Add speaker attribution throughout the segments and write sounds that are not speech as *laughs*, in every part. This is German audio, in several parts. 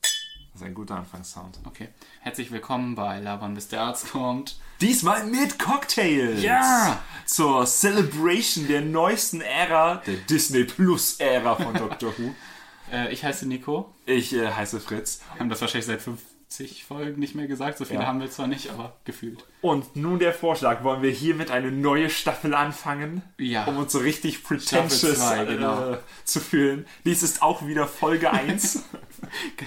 Speaker 1: Das ist ein guter Anfangssound.
Speaker 2: Okay. Herzlich willkommen bei Labern, bis der Arzt kommt.
Speaker 1: Diesmal mit Cocktails!
Speaker 2: Ja!
Speaker 1: Zur Celebration der neuesten Ära, der Disney Plus Ära von Doctor Who.
Speaker 2: Äh, ich heiße Nico.
Speaker 1: Ich äh, heiße Fritz.
Speaker 2: Wir haben das wahrscheinlich seit 50 Folgen nicht mehr gesagt. So viele
Speaker 1: Ja.
Speaker 2: haben wir zwar nicht, aber gefühlt.
Speaker 1: Und nun der Vorschlag, wollen wir hiermit eine neue Staffel anfangen?
Speaker 2: Ja.
Speaker 1: Um uns so richtig pretentious
Speaker 2: zwei, genau.
Speaker 1: äh, zu fühlen. Dies ist auch wieder
Speaker 2: *laughs*
Speaker 1: Folge 1.
Speaker 2: *laughs*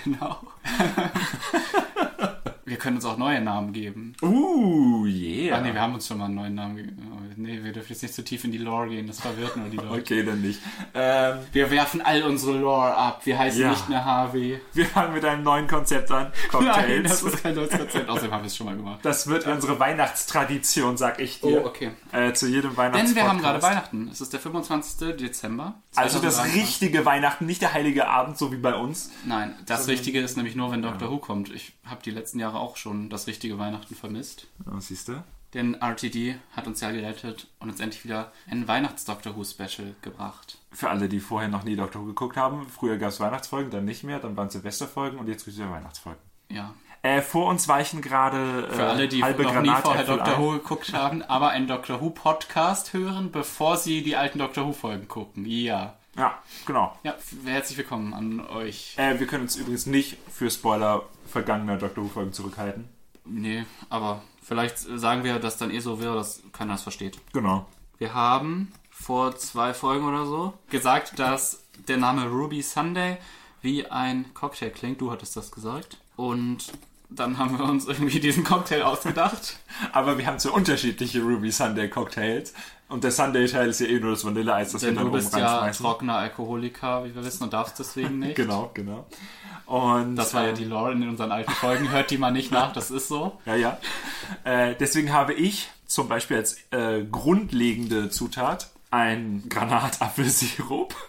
Speaker 2: Genau.
Speaker 1: *laughs*
Speaker 2: wir können uns auch neue Namen geben.
Speaker 1: uh,
Speaker 2: Ah
Speaker 1: yeah.
Speaker 2: nee, wir haben uns schon mal einen neuen Namen gegeben. Nee, wir dürfen jetzt nicht zu tief in die Lore gehen. Das
Speaker 1: *laughs*
Speaker 2: verwirrt nur die Leute.
Speaker 1: okay, dann nicht. Ähm,
Speaker 2: Wir werfen all unsere Lore ab. Wir heißen
Speaker 1: Ja.
Speaker 2: nicht mehr Harvey.
Speaker 1: wir fangen mit einem neuen Konzept an. Cocktails.
Speaker 2: *laughs* Nein, das ist kein neues Konzept. Außerdem haben wir es schon mal gemacht.
Speaker 1: Das wird unsere Weihnachtstradition, sag ich
Speaker 2: Oh,
Speaker 1: dir.
Speaker 2: okay.
Speaker 1: äh, zu jedem Weihnachtspodcast.
Speaker 2: Denn wir haben gerade Weihnachten. Es ist der 25. Dezember.
Speaker 1: Also das
Speaker 2: 2023.
Speaker 1: richtige Weihnachten, nicht der heilige Abend, so wie bei uns.
Speaker 2: Nein, das Richtige ist nämlich nur, wenn Doctor Who kommt. Ich habe die letzten Jahre auch schon das richtige Weihnachten vermisst.
Speaker 1: Oh, siehst du?
Speaker 2: Denn RTD hat uns ja gerettet und uns endlich wieder ein Weihnachts-Doctor Who-Special gebracht.
Speaker 1: Für alle, die vorher noch nie Doctor Who geguckt haben, früher gab es Weihnachtsfolgen, dann nicht mehr, dann waren Silvesterfolgen und jetzt gibt es wieder Weihnachtsfolgen.
Speaker 2: Ja.
Speaker 1: Äh, vor uns weichen gerade äh,
Speaker 2: Für alle, die
Speaker 1: halbe
Speaker 2: noch nie vorher
Speaker 1: Granatäpfel
Speaker 2: Doctor
Speaker 1: ein.
Speaker 2: Who geguckt haben, aber einen Doctor Who-Podcast hören, bevor sie die alten Doctor Who-Folgen gucken. Ja.
Speaker 1: Ja, genau.
Speaker 2: Ja, herzlich willkommen an euch.
Speaker 1: Äh, wir können uns übrigens nicht für Spoiler vergangener Doctor Who-Folgen zurückhalten.
Speaker 2: Nee, aber vielleicht sagen wir das dann eh so wäre, dass keiner das versteht.
Speaker 1: Genau.
Speaker 2: Wir haben vor zwei Folgen oder so gesagt, dass der Name Ruby Sunday wie ein Cocktail klingt. Du hattest das gesagt. Und dann haben wir uns irgendwie diesen Cocktail
Speaker 1: *laughs*
Speaker 2: ausgedacht.
Speaker 1: Aber wir haben so unterschiedliche Ruby Sunday Cocktails. Und der Sunday-Teil ist ja eh nur das Vanilleeis, das
Speaker 2: Denn
Speaker 1: wir
Speaker 2: du
Speaker 1: dann oben
Speaker 2: bist ja
Speaker 1: reinschmeißen.
Speaker 2: trockener Alkoholiker, wie wir wissen, und darfst deswegen
Speaker 1: *laughs*
Speaker 2: nicht.
Speaker 1: Genau, genau. Und
Speaker 2: Das war ja die Lore in unseren alten Folgen. Hört die mal nicht nach, das ist so.
Speaker 1: Ja, ja. Äh, deswegen habe ich zum Beispiel als äh, grundlegende Zutat ein Granatapfelsirup. *laughs*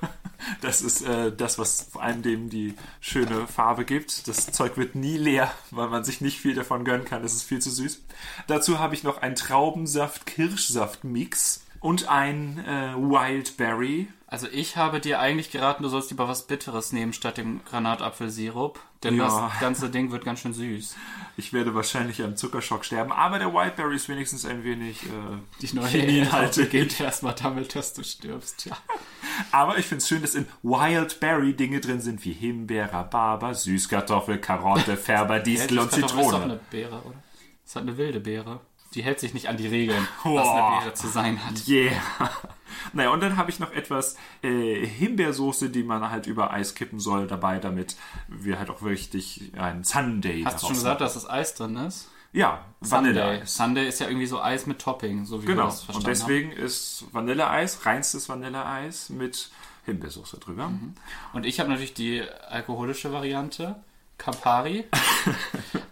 Speaker 1: Das ist äh, das, was vor allem dem die schöne Farbe gibt. Das Zeug wird nie leer, weil man sich nicht viel davon gönnen kann. Das ist viel zu süß. Dazu habe ich noch einen Traubensaft-Kirschsaft-Mix und ein äh, Wildberry.
Speaker 2: Also ich habe dir eigentlich geraten, du sollst lieber was Bitteres nehmen statt dem Granatapfelsirup. Denn
Speaker 1: Ja.
Speaker 2: das ganze Ding wird ganz schön süß.
Speaker 1: Ich werde wahrscheinlich am Zuckerschock sterben, aber der Wildberry ist wenigstens ein wenig äh,
Speaker 2: Die neue
Speaker 1: Chemieinhalte
Speaker 2: Inhalte *laughs* geht erstmal damit, dass du stirbst. Ja.
Speaker 1: Aber ich finde es schön, dass in Wildberry Dinge drin sind wie Himbeer, Rhabarber, Süßkartoffel,
Speaker 2: *laughs*
Speaker 1: Karotte, Färber, Distel und
Speaker 2: Süßkartoffel ist doch
Speaker 1: Zitrone.
Speaker 2: eine Beere, oder? Ist halt eine wilde Beere. Die hält sich nicht an die Regeln, was
Speaker 1: *laughs* Boah.
Speaker 2: eine Beere zu sein hat.
Speaker 1: Yeah. *laughs* Naja, und dann habe ich noch etwas äh, Himbeersoße, die man halt über Eis kippen soll dabei, damit wir halt auch richtig einen Sunday
Speaker 2: Hast du schon gesagt, dass das Eis drin ist?
Speaker 1: Ja,
Speaker 2: Sunday.
Speaker 1: Vanilleeis.
Speaker 2: Sunday ist ja irgendwie so Eis mit Topping, so wie wir
Speaker 1: Genau.
Speaker 2: das
Speaker 1: Und
Speaker 2: verstanden ne?
Speaker 1: deswegen ist Vanilleeis, reinstes Vanilleeis mit Himbeersoße drüber.
Speaker 2: haben. Und ich habe natürlich die alkoholische Variante.
Speaker 1: *laughs*
Speaker 2: Campari.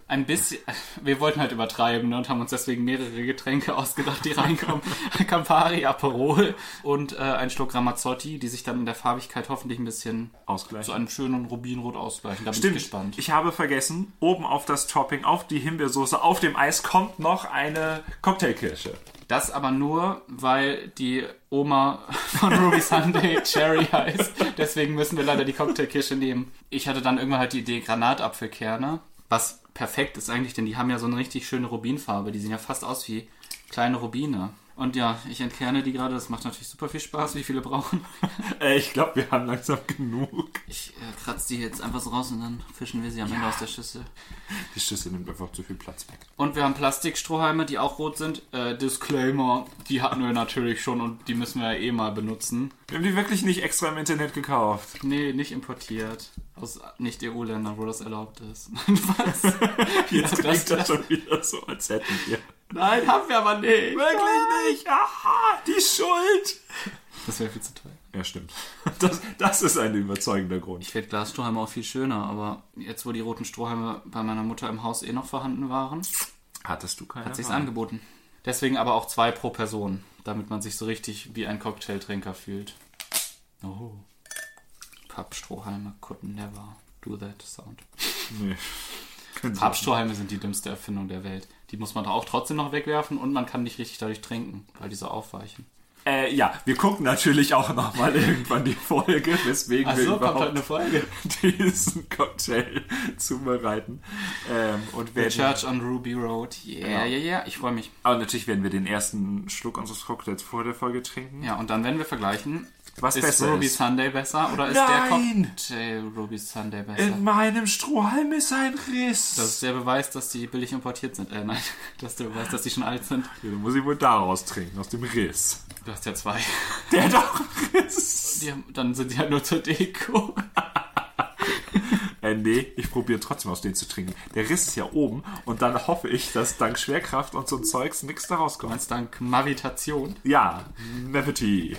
Speaker 2: Ein bisschen. Wir wollten halt übertreiben ne, und haben uns deswegen mehrere Getränke ausgedacht,
Speaker 1: *laughs*
Speaker 2: die reinkommen. Campari, Aperol und äh, ein Schluck Ramazzotti, die sich dann in der Farbigkeit hoffentlich ein bisschen
Speaker 1: Ausgleich.
Speaker 2: zu einem schönen Rubinrot ausgleichen. Da bin
Speaker 1: Stimmt.
Speaker 2: ich gespannt.
Speaker 1: Ich habe vergessen, oben auf das Topping, auf die Himbeersoße, auf dem Eis kommt noch eine Cocktailkirsche.
Speaker 2: Das aber nur, weil die Oma von Ruby Sunday Cherry heißt. Deswegen müssen wir leider die Cocktailkirsche nehmen. Ich hatte dann irgendwann halt die Idee Granatapfelkerne, was perfekt ist eigentlich, denn die haben ja so eine richtig schöne Rubinfarbe. Die sehen ja fast aus wie kleine Rubine. Und ja, ich entkerne die gerade. Das macht natürlich super viel Spaß. Wie viele brauchen?
Speaker 1: Äh, ich glaube, wir haben langsam genug.
Speaker 2: Ich äh, kratze die jetzt einfach so raus und dann fischen wir sie am Ende aus der Schüssel.
Speaker 1: Die Schüssel nimmt einfach zu viel Platz weg.
Speaker 2: Und wir haben Plastikstrohhalme, die auch rot sind. Äh, Disclaimer, die hatten wir natürlich schon und die müssen wir ja eh mal benutzen.
Speaker 1: Wir haben die wirklich nicht extra im Internet gekauft. *laughs*
Speaker 2: Nee, nicht importiert. Aus Nicht-EU-Ländern, wo das erlaubt ist. *laughs* Was?
Speaker 1: Jetzt
Speaker 2: Ja, das-
Speaker 1: klingt das schon wieder so, als hätten wir.
Speaker 2: Nein, haben wir aber nicht.
Speaker 1: Wirklich nicht! Aha, die Schuld!
Speaker 2: Das wäre viel zu teuer.
Speaker 1: Ja, stimmt. *laughs* Das, das ist ein überzeugender Grund.
Speaker 2: Ich fände Glasstrohhalme auch viel schöner, aber jetzt, wo die roten Strohhalme bei meiner Mutter im Haus eh noch vorhanden waren,
Speaker 1: Hattest du keine?
Speaker 2: hat sich's angeboten. Deswegen aber auch zwei pro Person, damit man sich so richtig wie ein Cocktailtrinker fühlt. Oh. Pappstrohhalme could never do that sound.
Speaker 1: Nee.
Speaker 2: Pappstrohhalme sind die dümmste Erfindung der Welt. Die muss man da auch trotzdem noch wegwerfen und man kann nicht richtig dadurch trinken, weil die so aufweichen.
Speaker 1: Äh, ja, wir gucken natürlich auch nochmal *laughs* irgendwann die Folge, weswegen
Speaker 2: Ach
Speaker 1: wir
Speaker 2: so, kommt
Speaker 1: überhaupt
Speaker 2: heute eine Folge.
Speaker 1: *laughs* diesen Cocktail zubereiten. Ähm, und
Speaker 2: The
Speaker 1: werden,
Speaker 2: Church on Ruby Road. Yeah,
Speaker 1: Genau.
Speaker 2: yeah, yeah. Ich freue mich.
Speaker 1: aber natürlich werden wir den ersten Schluck unseres Cocktails vor der Folge trinken.
Speaker 2: Ja, und dann werden wir vergleichen.
Speaker 1: Was
Speaker 2: Ist
Speaker 1: besser
Speaker 2: Ruby
Speaker 1: ist.
Speaker 2: Sunday besser oder ist
Speaker 1: Nein! Ähm.
Speaker 2: der Cocktail Ruby Sunday besser?
Speaker 1: In meinem Strohhalm ist ein Riss.
Speaker 2: Das ist der Beweis, dass die billig importiert sind. Äh, nein, *laughs* das ist der Beweis, dass die schon alt sind.
Speaker 1: Ja, dann muss ich wohl daraus trinken, aus dem Riss.
Speaker 2: Du hast ja zwei.
Speaker 1: Der doch Riss.
Speaker 2: Die haben, dann sind die halt nur zur Deko.
Speaker 1: Äh, nee, ich probiere trotzdem aus denen zu trinken. Der Riss ist ja oben und dann hoffe ich, dass dank Schwerkraft und so ein Zeugs nichts daraus kommt.
Speaker 2: Ganz dank Mavitation.
Speaker 1: Ja, Nevity.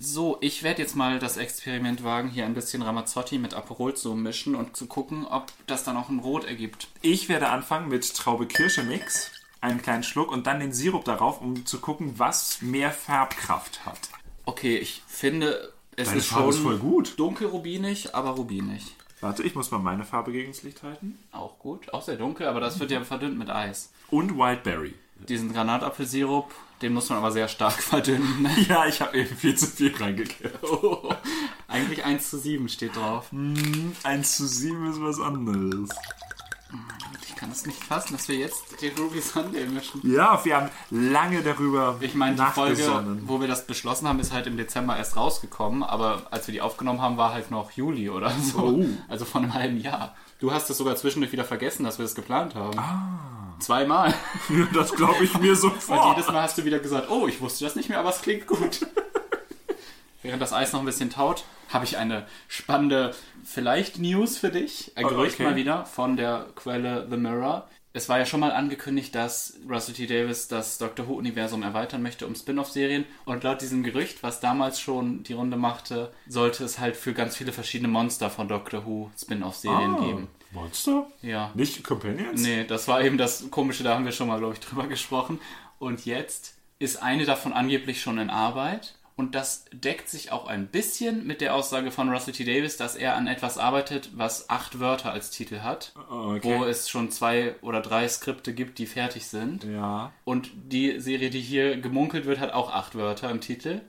Speaker 2: So, ich werde jetzt mal das Experiment wagen, hier ein bisschen Ramazzotti mit Aperol zu mischen und zu gucken, ob das dann auch ein Rot ergibt.
Speaker 1: Ich werde anfangen mit Traube-Kirsche-Mix, einen kleinen Schluck und dann den Sirup darauf, um zu gucken, was mehr Farbkraft hat.
Speaker 2: Okay, ich finde, es ist schon
Speaker 1: gut.
Speaker 2: dunkelrubinig, aber rubinig.
Speaker 1: Warte, ich muss mal meine Farbe gegen das Licht halten.
Speaker 2: Auch gut, auch sehr dunkel, aber das wird ja verdünnt mit Eis.
Speaker 1: Und Wildberry. *laughs*
Speaker 2: Diesen Granatapfelsirup, den muss man aber sehr stark *laughs* verdünnen.
Speaker 1: *laughs*
Speaker 2: Ne?
Speaker 1: Ja, ich habe eben viel zu viel reingekippt.
Speaker 2: Eigentlich 1 zu 7 steht drauf.
Speaker 1: 1 zu 7 ist was anderes.
Speaker 2: Ich kann es nicht fassen, dass wir jetzt den Ruby Sunday mischen.
Speaker 1: Ja, wir haben lange darüber
Speaker 2: Ich meine, die Folge,
Speaker 1: nachgesonnen.
Speaker 2: wo wir das beschlossen haben, ist halt im Dezember erst rausgekommen, aber als wir die aufgenommen haben, war halt noch Juli oder so.
Speaker 1: Oh.
Speaker 2: Also von einem halben Jahr. Du hast es sogar zwischendurch wieder vergessen, dass wir das geplant haben. Ah. Zweimal.
Speaker 1: *laughs* Das glaube ich
Speaker 2: *laughs*
Speaker 1: mir
Speaker 2: Und
Speaker 1: sofort.
Speaker 2: jedes Mal hast du wieder gesagt, oh, ich wusste das nicht mehr, aber es klingt gut. *laughs* Während das Eis noch ein bisschen taut, habe ich eine spannende, vielleicht News für dich. Ein
Speaker 1: Oh,
Speaker 2: Gerücht
Speaker 1: okay.
Speaker 2: mal wieder von der Quelle The Mirror. Es war ja schon mal angekündigt, dass Russell T. Davis das Doctor Who-Universum erweitern möchte um Spin-off-Serien. Und laut diesem Gerücht, was damals schon die Runde machte, sollte es halt für ganz viele verschiedene Monster von Doctor Who Spin-off-Serien
Speaker 1: Oh.
Speaker 2: geben.
Speaker 1: Monster?
Speaker 2: Ja.
Speaker 1: Nicht Companions?
Speaker 2: Nee, das war eben das Komische, da haben wir schon mal, glaube ich, drüber gesprochen. Und jetzt ist eine davon angeblich schon in Arbeit. Und das deckt sich auch ein bisschen mit der Aussage von Russell T. Davis, dass er an etwas arbeitet, was acht Wörter als Titel hat,
Speaker 1: Oh,
Speaker 2: wo
Speaker 1: okay.
Speaker 2: es schon zwei oder drei Skripte gibt, die fertig sind.
Speaker 1: Ja.
Speaker 2: Und die Serie, die hier gemunkelt wird, hat auch acht Wörter im Titel.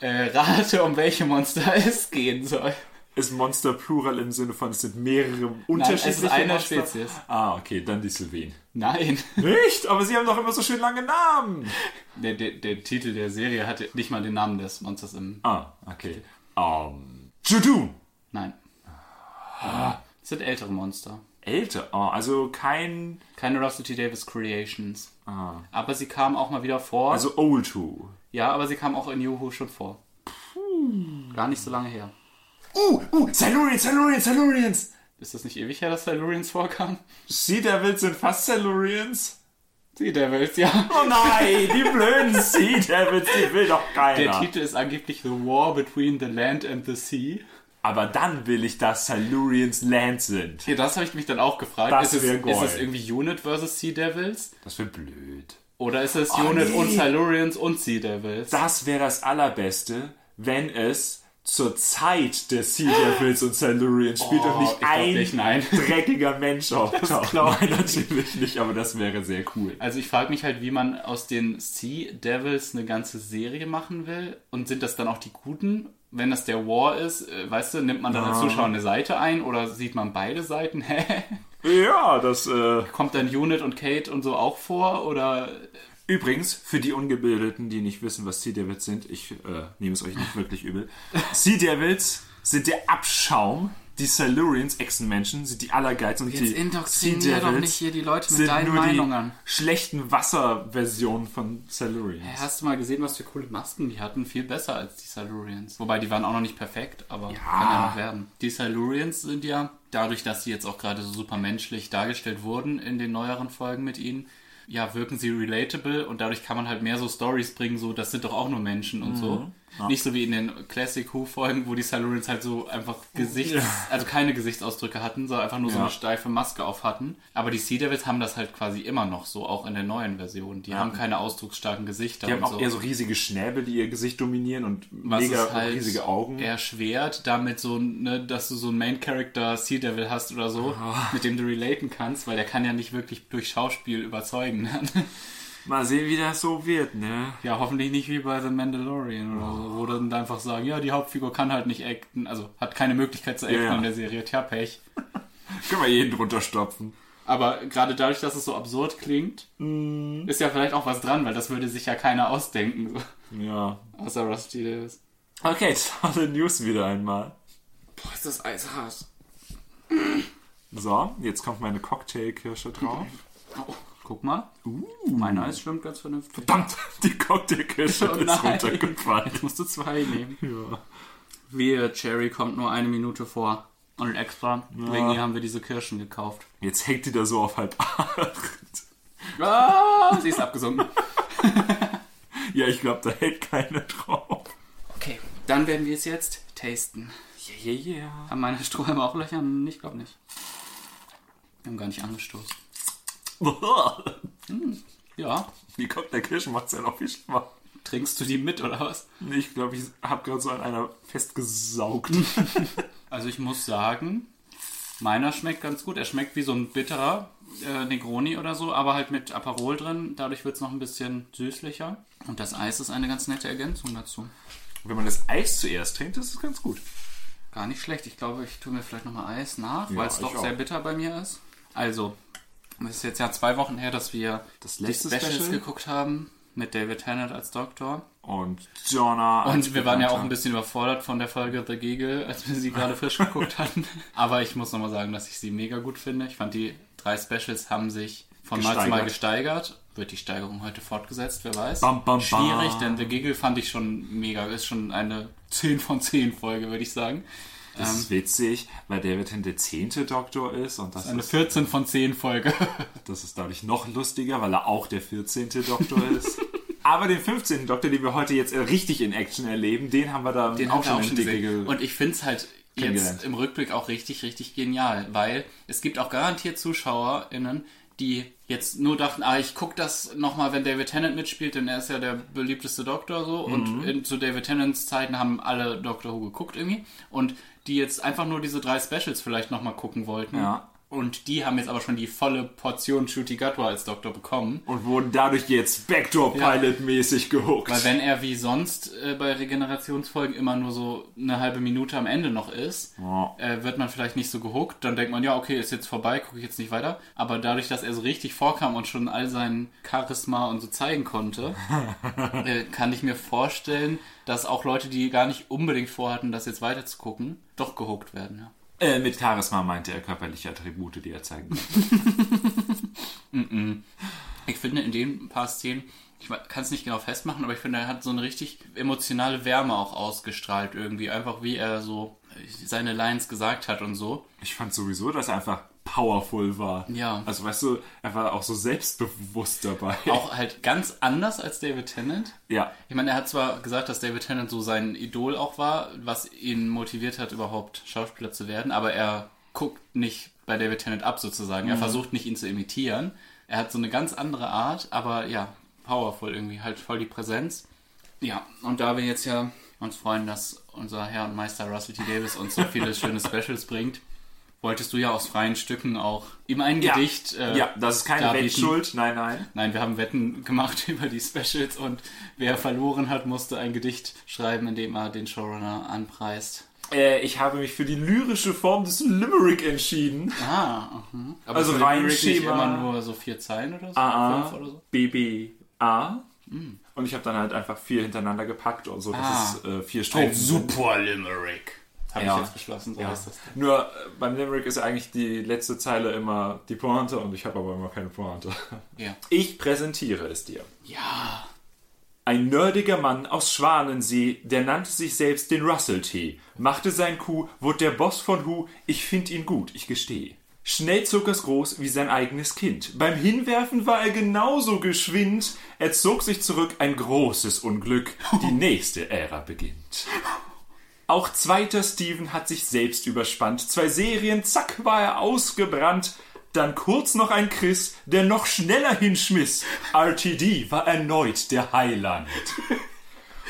Speaker 2: Äh, rate, um welche Monster *laughs* es gehen soll.
Speaker 1: Ist Monster plural im Sinne von, es sind mehrere unterschiedliche
Speaker 2: es ist eine
Speaker 1: Monster?
Speaker 2: Spezies.
Speaker 1: Ah, okay, dann die Sylvien.
Speaker 2: Nein.
Speaker 1: Nicht, aber sie haben doch immer so schön lange Namen.
Speaker 2: Der, der, der Titel der Serie hatte nicht mal den Namen des Monsters im.
Speaker 1: Ah, okay. Ähm, Judun.
Speaker 2: Nein. Es sind ältere Monster.
Speaker 1: Älter, oh, also kein,
Speaker 2: Keine Russell T. Davis Creations.
Speaker 1: Ah.
Speaker 2: Aber sie kam auch mal wieder vor.
Speaker 1: also Old Who.
Speaker 2: ja, aber sie kam auch in Juhu schon vor. Gar nicht so lange her.
Speaker 1: Uh, uh, Silurians, Silurians, Silurians.
Speaker 2: Ist das nicht ewig her, dass Silurians vorkam?
Speaker 1: Sea Devils sind fast Silurians.
Speaker 2: Sea Devils, ja.
Speaker 1: Oh nein, die blöden
Speaker 2: *laughs*
Speaker 1: Sea Devils, die will doch
Speaker 2: Der
Speaker 1: keiner.
Speaker 2: Titel ist angeblich The War Between the Land and the Sea.
Speaker 1: Aber dann will ich, dass Silurians Land sind.
Speaker 2: Ja, das habe ich mich dann auch gefragt.
Speaker 1: Das
Speaker 2: ist,
Speaker 1: wär
Speaker 2: es, ist
Speaker 1: geil.
Speaker 2: es irgendwie Unit versus Sea Devils?
Speaker 1: Das wäre blöd.
Speaker 2: Oder ist es Unit
Speaker 1: Oh, nee.
Speaker 2: und Silurians und Sea Devils?
Speaker 1: Das wäre das Allerbeste, wenn es zur Zeit der Sea Devils und Silurians spielt
Speaker 2: Oh,
Speaker 1: und nicht
Speaker 2: ich glaub
Speaker 1: ein
Speaker 2: nicht, nein.
Speaker 1: *laughs* dreckiger Mensch auftaucht. Nein, natürlich nicht, aber das wäre sehr cool.
Speaker 2: Also ich frage mich halt, wie man aus den Sea Devils eine ganze Serie machen will. Und sind das dann auch die Guten? Wenn das der War ist, äh, weißt du, nimmt man dann als Zuschauer eine Seite ein oder sieht man beide Seiten? *laughs* Hä?
Speaker 1: Ja, das. Äh
Speaker 2: Kommt dann Unit und Kate und so auch vor? Oder
Speaker 1: Übrigens, für die Ungebildeten, die nicht wissen, was Sea Devils sind, ich äh, nehme es euch nicht wirklich übel. Sea Devils sind der Abschaum. Die Silurians, Echsenmenschen, sind die Allergeiz und die Sea Devils
Speaker 2: die Leute
Speaker 1: sind nur die schlechten Wasserversionen von Silurians.
Speaker 2: Hast du mal gesehen, was für coole Masken die hatten? Viel besser als die Silurians. Wobei, die waren auch noch nicht perfekt, aber kann ja noch werden. Die Silurians sind ja, dadurch, dass sie jetzt auch gerade so super menschlich dargestellt wurden in den neueren Folgen mit ihnen, ja, wirken sie relatable und dadurch kann man halt mehr so Stories bringen, so, das sind doch auch nur Menschen und so. Nicht so wie in den Classic Who-Folgen, wo die Silurians halt so einfach Gesichts, also keine Gesichtsausdrücke hatten, sondern einfach nur so
Speaker 1: Ja.
Speaker 2: eine steife Maske auf hatten. Aber die Sea Devils haben das halt quasi immer noch so, auch in der neuen Version. Die haben keine ausdrucksstarken Gesichter.
Speaker 1: Die haben
Speaker 2: und
Speaker 1: auch
Speaker 2: so.
Speaker 1: eher so riesige Schnäbel, die ihr Gesicht dominieren und
Speaker 2: was
Speaker 1: mega
Speaker 2: es halt
Speaker 1: riesige Augen.
Speaker 2: erschwert, damit so, ne, dass du so einen Main-Character Sea Devil hast oder Ah. so, mit dem du relaten kannst, weil der kann ja nicht wirklich durch Schauspiel überzeugen. *laughs*
Speaker 1: Mal sehen, wie das so wird, ne?
Speaker 2: Ja, hoffentlich nicht wie bei The Mandalorian oder so, wo dann einfach sagen, ja, die Hauptfigur kann halt nicht acten, also hat keine Möglichkeit zu acten
Speaker 1: ja.
Speaker 2: in der Serie, tja, Pech.
Speaker 1: Können wir jeden runterstopfen.
Speaker 2: Aber gerade dadurch, dass es so absurd klingt, ist ja vielleicht auch was dran, weil das würde sich ja keiner ausdenken, so.
Speaker 1: Ja.
Speaker 2: außer Rusty Davis.
Speaker 1: Okay, tolle News wieder einmal.
Speaker 2: Boah, ist das eishart.
Speaker 1: So, jetzt kommt meine Cocktailkirsche drauf.
Speaker 2: Oh, guck mal, Uh, mein Eis schwimmt ganz vernünftig.
Speaker 1: Verdammt, die Cocktailkirsche
Speaker 2: Oh
Speaker 1: ist
Speaker 2: nein.
Speaker 1: runtergefallen.
Speaker 2: Jetzt musst du zwei nehmen.
Speaker 1: Ja.
Speaker 2: Wehe, Cherry kommt nur eine Minute vor. Und extra, wegen ihr haben wir diese Kirschen gekauft.
Speaker 1: Jetzt hängt die da so auf halb acht.
Speaker 2: Ah, sie ist abgesunken.
Speaker 1: Ja, ich glaube, da hält keiner drauf.
Speaker 2: *laughs* Okay, dann werden wir es jetzt tasten.
Speaker 1: Yeah, yeah, yeah.
Speaker 2: Haben meine Strohhalme auch Löcher? Hm, Ich glaube nicht. Wir haben gar nicht angestoßen. Ja,
Speaker 1: *laughs* Die Cocktailkirsche macht's ja noch viel schlimmer.
Speaker 2: trinkst du die mit oder was?
Speaker 1: Nee, Ich glaube, ich habe gerade so an einer festgesaugt.
Speaker 2: Also ich muss sagen, meiner schmeckt ganz gut. Er schmeckt wie so ein bitterer äh, Negroni oder so, aber halt mit Aperol drin. Dadurch wird es noch ein bisschen süßlicher. Und das Eis ist eine ganz nette Ergänzung dazu.
Speaker 1: Wenn man das Eis zuerst trinkt, ist es ganz gut.
Speaker 2: Gar nicht schlecht. Ich glaube, ich tue mir vielleicht nochmal Eis nach,
Speaker 1: Ja,
Speaker 2: weil es
Speaker 1: ich
Speaker 2: doch
Speaker 1: auch.
Speaker 2: sehr bitter bei mir ist. Also, es ist jetzt ja zwei Wochen her, dass wir
Speaker 1: Das
Speaker 2: die Specials geguckt haben mit David Tennant als Doktor.
Speaker 1: Und Jonah.
Speaker 2: Und wir waren ja auch ein bisschen überfordert von der Folge The Giggle, als wir sie gerade
Speaker 1: *laughs*
Speaker 2: frisch geguckt hatten. Aber ich muss nochmal sagen, dass ich sie mega gut finde. Ich fand, die drei Specials haben sich von Mal zu Mal gesteigert. Wird die Steigerung heute fortgesetzt, wer weiß.
Speaker 1: Bam, bam, bam.
Speaker 2: Schwierig, denn The Giggle fand ich schon mega. Ist schon eine 10 von 10 Folge, würde ich sagen.
Speaker 1: Das ist witzig, weil David Hint der zehnte Doktor ist und das
Speaker 2: Eine
Speaker 1: ist,
Speaker 2: 14 von 10 Folge.
Speaker 1: das ist dadurch noch lustiger, weil er auch der 14. Doktor
Speaker 2: *laughs*
Speaker 1: ist. Aber den 15. Doktor, den wir heute jetzt richtig in Action erleben, den haben wir da
Speaker 2: Den
Speaker 1: auch
Speaker 2: haben wir
Speaker 1: schon in Dicke
Speaker 2: Und ich finde es halt
Speaker 1: Kennengelernt.
Speaker 2: jetzt im Rückblick auch richtig, richtig genial, weil es gibt auch garantiert ZuschauerInnen, die jetzt nur dachten, ah, ich gucke das nochmal, wenn David Tennant mitspielt, denn er ist ja der beliebteste Doktor so.
Speaker 1: Mhm.
Speaker 2: Und in, zu David Tennants Zeiten haben alle Doctor Who geguckt irgendwie. Und die jetzt einfach nur diese drei Specials vielleicht nochmal gucken wollten.
Speaker 1: Ja.
Speaker 2: Und die haben jetzt aber schon die volle Portion Shooty Gatwa als Doktor bekommen.
Speaker 1: und wurden dadurch jetzt Backdoor-Pilot-mäßig gehuckt.
Speaker 2: Weil wenn er wie sonst äh, bei Regenerationsfolgen immer nur so eine halbe Minute am Ende noch ist,
Speaker 1: Ja.
Speaker 2: äh, wird man vielleicht nicht so gehuckt. Dann denkt man, ja, okay, ist jetzt vorbei, gucke ich jetzt nicht weiter. Aber dadurch, dass er so richtig vorkam und schon all sein Charisma und so zeigen konnte, äh, kann ich mir vorstellen, dass auch Leute, die gar nicht unbedingt vorhatten, das jetzt weiter zu gucken, doch gehuckt werden. Ja.
Speaker 1: Äh, mit Charisma meinte er körperliche Attribute, die er zeigen kann.
Speaker 2: Ich finde in den paar Szenen, ich kann es nicht genau festmachen, aber ich finde, er hat so eine richtig emotionale Wärme auch ausgestrahlt irgendwie. Einfach wie er so seine Lines gesagt hat und so.
Speaker 1: Ich fand sowieso, dass er einfach powerful war.
Speaker 2: Ja.
Speaker 1: Also weißt du, er war auch so selbstbewusst dabei.
Speaker 2: Auch halt ganz anders als David Tennant.
Speaker 1: Ja.
Speaker 2: Ich meine, er hat zwar gesagt, dass David Tennant so sein Idol auch war, was ihn motiviert hat, überhaupt Schauspieler zu werden, aber er guckt nicht bei David Tennant ab sozusagen. Er versucht nicht, ihn zu imitieren. Er hat so eine ganz andere Art, aber ja, powerful irgendwie, halt voll die Präsenz. Ja, und da wir jetzt ja uns freuen, dass unser Herr und Meister Russell T. Davis uns so *laughs* viele schöne Specials bringt, wolltest du ja aus freien Stücken auch ihm ein
Speaker 1: Ja.
Speaker 2: Gedicht. äh,
Speaker 1: Ja, das ist keine
Speaker 2: darbieten.
Speaker 1: Wettschuld. Nein, nein.
Speaker 2: Nein, wir haben Wetten gemacht *laughs* über die Specials und wer verloren hat, musste ein Gedicht schreiben, in dem er den Showrunner anpreist.
Speaker 1: Äh, ich habe mich für die lyrische Form des Limerick entschieden.
Speaker 2: Ah, mhm. aber
Speaker 1: Also
Speaker 2: ist bei
Speaker 1: rein
Speaker 2: Lyric nicht
Speaker 1: Schema-
Speaker 2: immer nur so vier Zeilen oder so,
Speaker 1: Ah,
Speaker 2: fünf oder so.
Speaker 1: BBA. Und ich habe dann halt einfach vier hintereinander gepackt und so, dass es äh, vier Strophen sind.
Speaker 2: Limerick. Habe
Speaker 1: Ja.
Speaker 2: ich jetzt beschlossen, so heißt das.
Speaker 1: Nur äh, beim Limerick ist eigentlich die letzte Zeile immer die Pointe und ich habe aber immer keine Pointe.
Speaker 2: Ja.
Speaker 1: Ich präsentiere es dir.
Speaker 2: ja.
Speaker 1: Ein nerdiger Mann aus Schwanensee, der nannte sich selbst den Russell T. Machte sein Kuh, wurde der Boss von Hu, ich find ihn gut, ich gestehe. Schnell zog er's groß wie sein eigenes Kind. Beim Hinwerfen war er genauso geschwind. Er zog sich zurück, ein großes Unglück. Die nächste Ära beginnt. Auch zweiter Steven hat sich selbst überspannt. Zwei Serien, zack, war er ausgebrannt. Dann kurz noch ein Chris, der noch schneller hinschmiss. RTD war erneut der Heiland.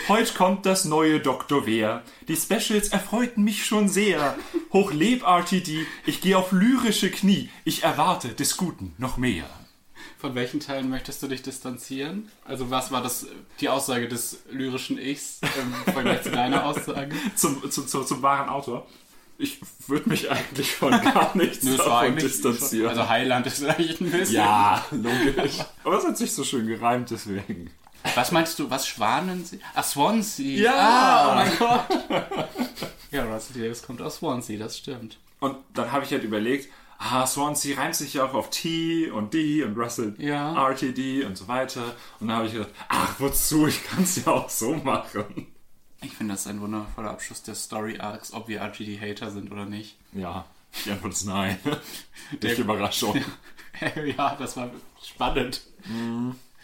Speaker 1: Heut kommt das neue Dr. Wehr. Die Specials erfreuten mich schon sehr. Hochleb RTD, ich gehe auf lyrische Knie. Ich erwarte des Guten noch mehr.
Speaker 2: Von welchen Teilen möchtest du dich distanzieren? Also was war das die Aussage des lyrischen Ichs ähm, im Vergleich zu
Speaker 1: *laughs*
Speaker 2: deiner Aussage?
Speaker 1: Zum, zu, zu, zum wahren Autor. Ich würde mich eigentlich von
Speaker 2: *laughs*
Speaker 1: gar nichts
Speaker 2: Nö, es war
Speaker 1: davon
Speaker 2: eigentlich-
Speaker 1: distanzieren.
Speaker 2: Also Heiland ist vielleicht ein bisschen.
Speaker 1: ja, *laughs* logisch. Aber es hat sich so schön gereimt, deswegen.
Speaker 2: Was meinst du, was Schwanensee? Ah, Swansea.
Speaker 1: Ja.
Speaker 2: Ah, oh mein Gott. *laughs* ja, Russell Davis kommt aus Swansea, das stimmt.
Speaker 1: Und dann habe ich halt überlegt, ah, Swansea reimt sich ja auch auf T und D und Russell
Speaker 2: Ja.
Speaker 1: RTD und so weiter. Und dann habe ich gedacht, ach, wozu? Ich kann es ja auch so machen.
Speaker 2: Ich finde, das ist ein wundervoller Abschluss der Story-Arcs, ob wir RGD-Hater sind oder nicht. *laughs*
Speaker 1: Ja, die Antwort ist *laughs* nein. Durch Überraschung.
Speaker 2: ja, das war spannend.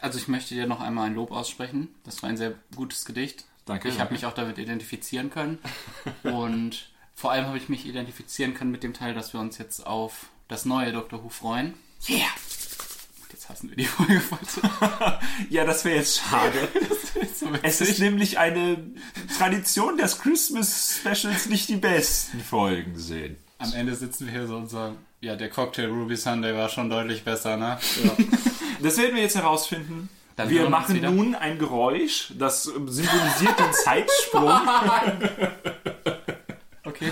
Speaker 2: Also ich möchte dir noch einmal ein Lob aussprechen. Das war ein sehr gutes Gedicht.
Speaker 1: Danke.
Speaker 2: Ich habe mich auch damit identifizieren können. Und vor allem habe ich mich identifizieren können mit dem Teil, dass wir uns jetzt auf das neue Dr. Who freuen.
Speaker 1: Yeah! *laughs*
Speaker 2: Jetzt hassen wir die Folge voll zu.
Speaker 1: Ja, das wäre jetzt schade.
Speaker 2: zu
Speaker 1: Es
Speaker 2: witzig.
Speaker 1: ist nämlich eine Tradition, dass Christmas Specials nicht die besten Folgen sind.
Speaker 2: Am Ende sitzen wir hier so und sagen, ja, der Cocktail Ruby Sunday war schon deutlich besser, ne?
Speaker 1: Das werden wir jetzt herausfinden.
Speaker 2: Dann
Speaker 1: wir
Speaker 2: hören wir uns
Speaker 1: machen
Speaker 2: wieder.
Speaker 1: nun ein Geräusch, das ähm, symbolisiert den Zeitsprung.
Speaker 2: *laughs* Okay.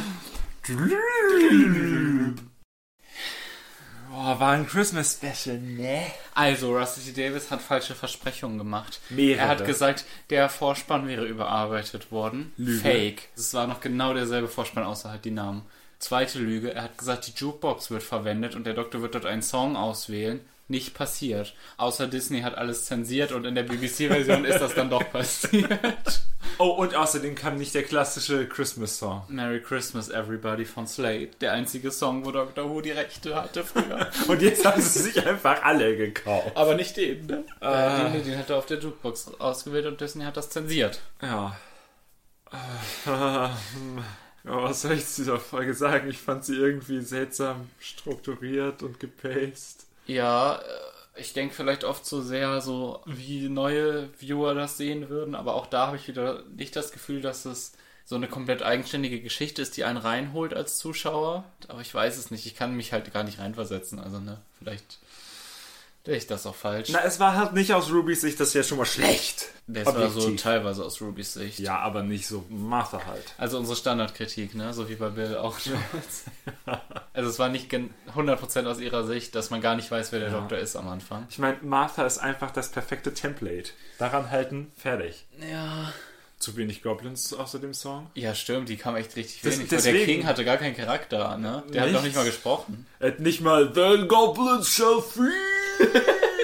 Speaker 1: Boah, war ein Christmas Special, ne?
Speaker 2: Also, Russell T. Davis hat falsche Versprechungen gemacht.
Speaker 1: Mehrere.
Speaker 2: Er hat gesagt, der Vorspann wäre überarbeitet worden.
Speaker 1: Lüge.
Speaker 2: Fake. Es war noch genau derselbe Vorspann, außer halt die Namen. Zweite Lüge, er hat gesagt, die Jukebox wird verwendet und der Doktor wird dort einen Song auswählen. Nicht passiert. Außer Disney hat alles zensiert und in der BBC-Version ist das dann doch passiert.
Speaker 1: Oh, und außerdem kam nicht der klassische Christmas Song.
Speaker 2: Merry Christmas, everybody von Slade. Der einzige Song, wo Doctor Who die Rechte hatte früher.
Speaker 1: Und jetzt haben sie sich einfach alle gekauft.
Speaker 2: *laughs* Aber nicht den, ne? Äh, den, den hat er auf der Jukebox ausgewählt und Disney hat das zensiert.
Speaker 1: Ja. *laughs* Ähm, ja, was soll ich zu dieser Folge sagen? Ich fand sie irgendwie seltsam strukturiert und gepaced.
Speaker 2: Ja, äh, ich denke vielleicht oft so sehr, so wie neue Viewer das sehen würden, aber auch da habe ich wieder nicht das Gefühl, dass es so eine komplett eigenständige Geschichte ist, die einen reinholt als Zuschauer. Aber ich weiß es nicht, ich kann mich halt gar nicht reinversetzen. Also, ne, vielleicht sehe ich das auch falsch.
Speaker 1: Na, es war halt nicht aus Rubys Sicht, das ist ja schon mal schlecht.
Speaker 2: das war so
Speaker 1: Objektiv.
Speaker 2: teilweise aus Rubys Sicht.
Speaker 1: Ja, aber nicht so Martha halt.
Speaker 2: Also unsere Standardkritik, ne? So wie bei Bill auch damals. Also es war nicht gen- 100% aus ihrer Sicht, dass man gar nicht weiß, wer der Doktor ist am Anfang.
Speaker 1: Ich meine, Martha ist einfach das perfekte Template. Daran halten, fertig.
Speaker 2: Ja.
Speaker 1: Zu wenig Goblins außer dem Song.
Speaker 2: Ja, stimmt, die kam echt richtig
Speaker 1: Das-
Speaker 2: wenig. vor. der
Speaker 1: deswegen-
Speaker 2: King hatte gar keinen Charakter, ne? Der hat
Speaker 1: Nichts.
Speaker 2: noch nicht mal gesprochen.
Speaker 1: Hat nicht mal The Goblins shall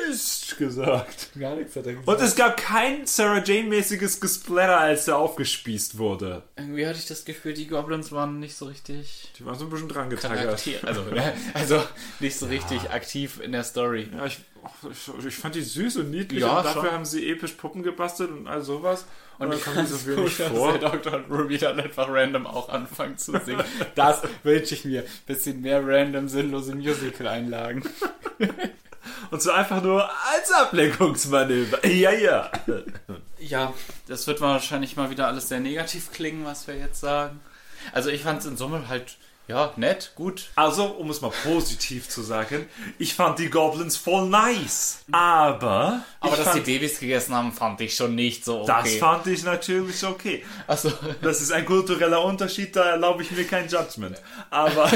Speaker 1: feast *laughs* gesagt.
Speaker 2: Gar nichts hat er gesagt.
Speaker 1: Und es gab kein Sarah Jane-mäßiges Gesplatter, als er aufgespießt wurde.
Speaker 2: Irgendwie hatte ich das Gefühl, die Goblins waren nicht so richtig
Speaker 1: Die waren so ein bisschen dran getackert.
Speaker 2: aktiv. Also, *laughs* ne? also nicht so richtig aktiv in der Story.
Speaker 1: Ja, ich, ach, ich, ich fand die süß und niedlich
Speaker 2: Ja,
Speaker 1: und dafür
Speaker 2: schon.
Speaker 1: haben sie episch Puppen gebastelt und all sowas. Und,
Speaker 2: Und
Speaker 1: dann
Speaker 2: ich
Speaker 1: kommen
Speaker 2: *laughs* fand
Speaker 1: sie so
Speaker 2: es
Speaker 1: wenig
Speaker 2: gut, dass
Speaker 1: vor.
Speaker 2: der Dr. und Ruby dann einfach random auch anfangen zu *laughs* singen. Das wünsche ich mir. Bisschen mehr random, sinnlose Musical-Einlagen.
Speaker 1: Und so einfach nur als Ablenkungsmanöver. Ja, ja.
Speaker 2: Ja, das wird wahrscheinlich mal wieder alles sehr negativ klingen, was wir jetzt sagen. Also ich fand es in Summe halt, ja, nett, gut.
Speaker 1: Also, um es mal positiv zu sagen, ich fand die Goblins voll nice. Aber,
Speaker 2: Aber
Speaker 1: ich
Speaker 2: dass die
Speaker 1: fand,
Speaker 2: Babys gegessen haben, fand ich schon nicht so
Speaker 1: das
Speaker 2: okay.
Speaker 1: fand ich natürlich okay.
Speaker 2: also,
Speaker 1: Das ist ein kultureller Unterschied, da erlaube ich mir kein Judgment. Aber.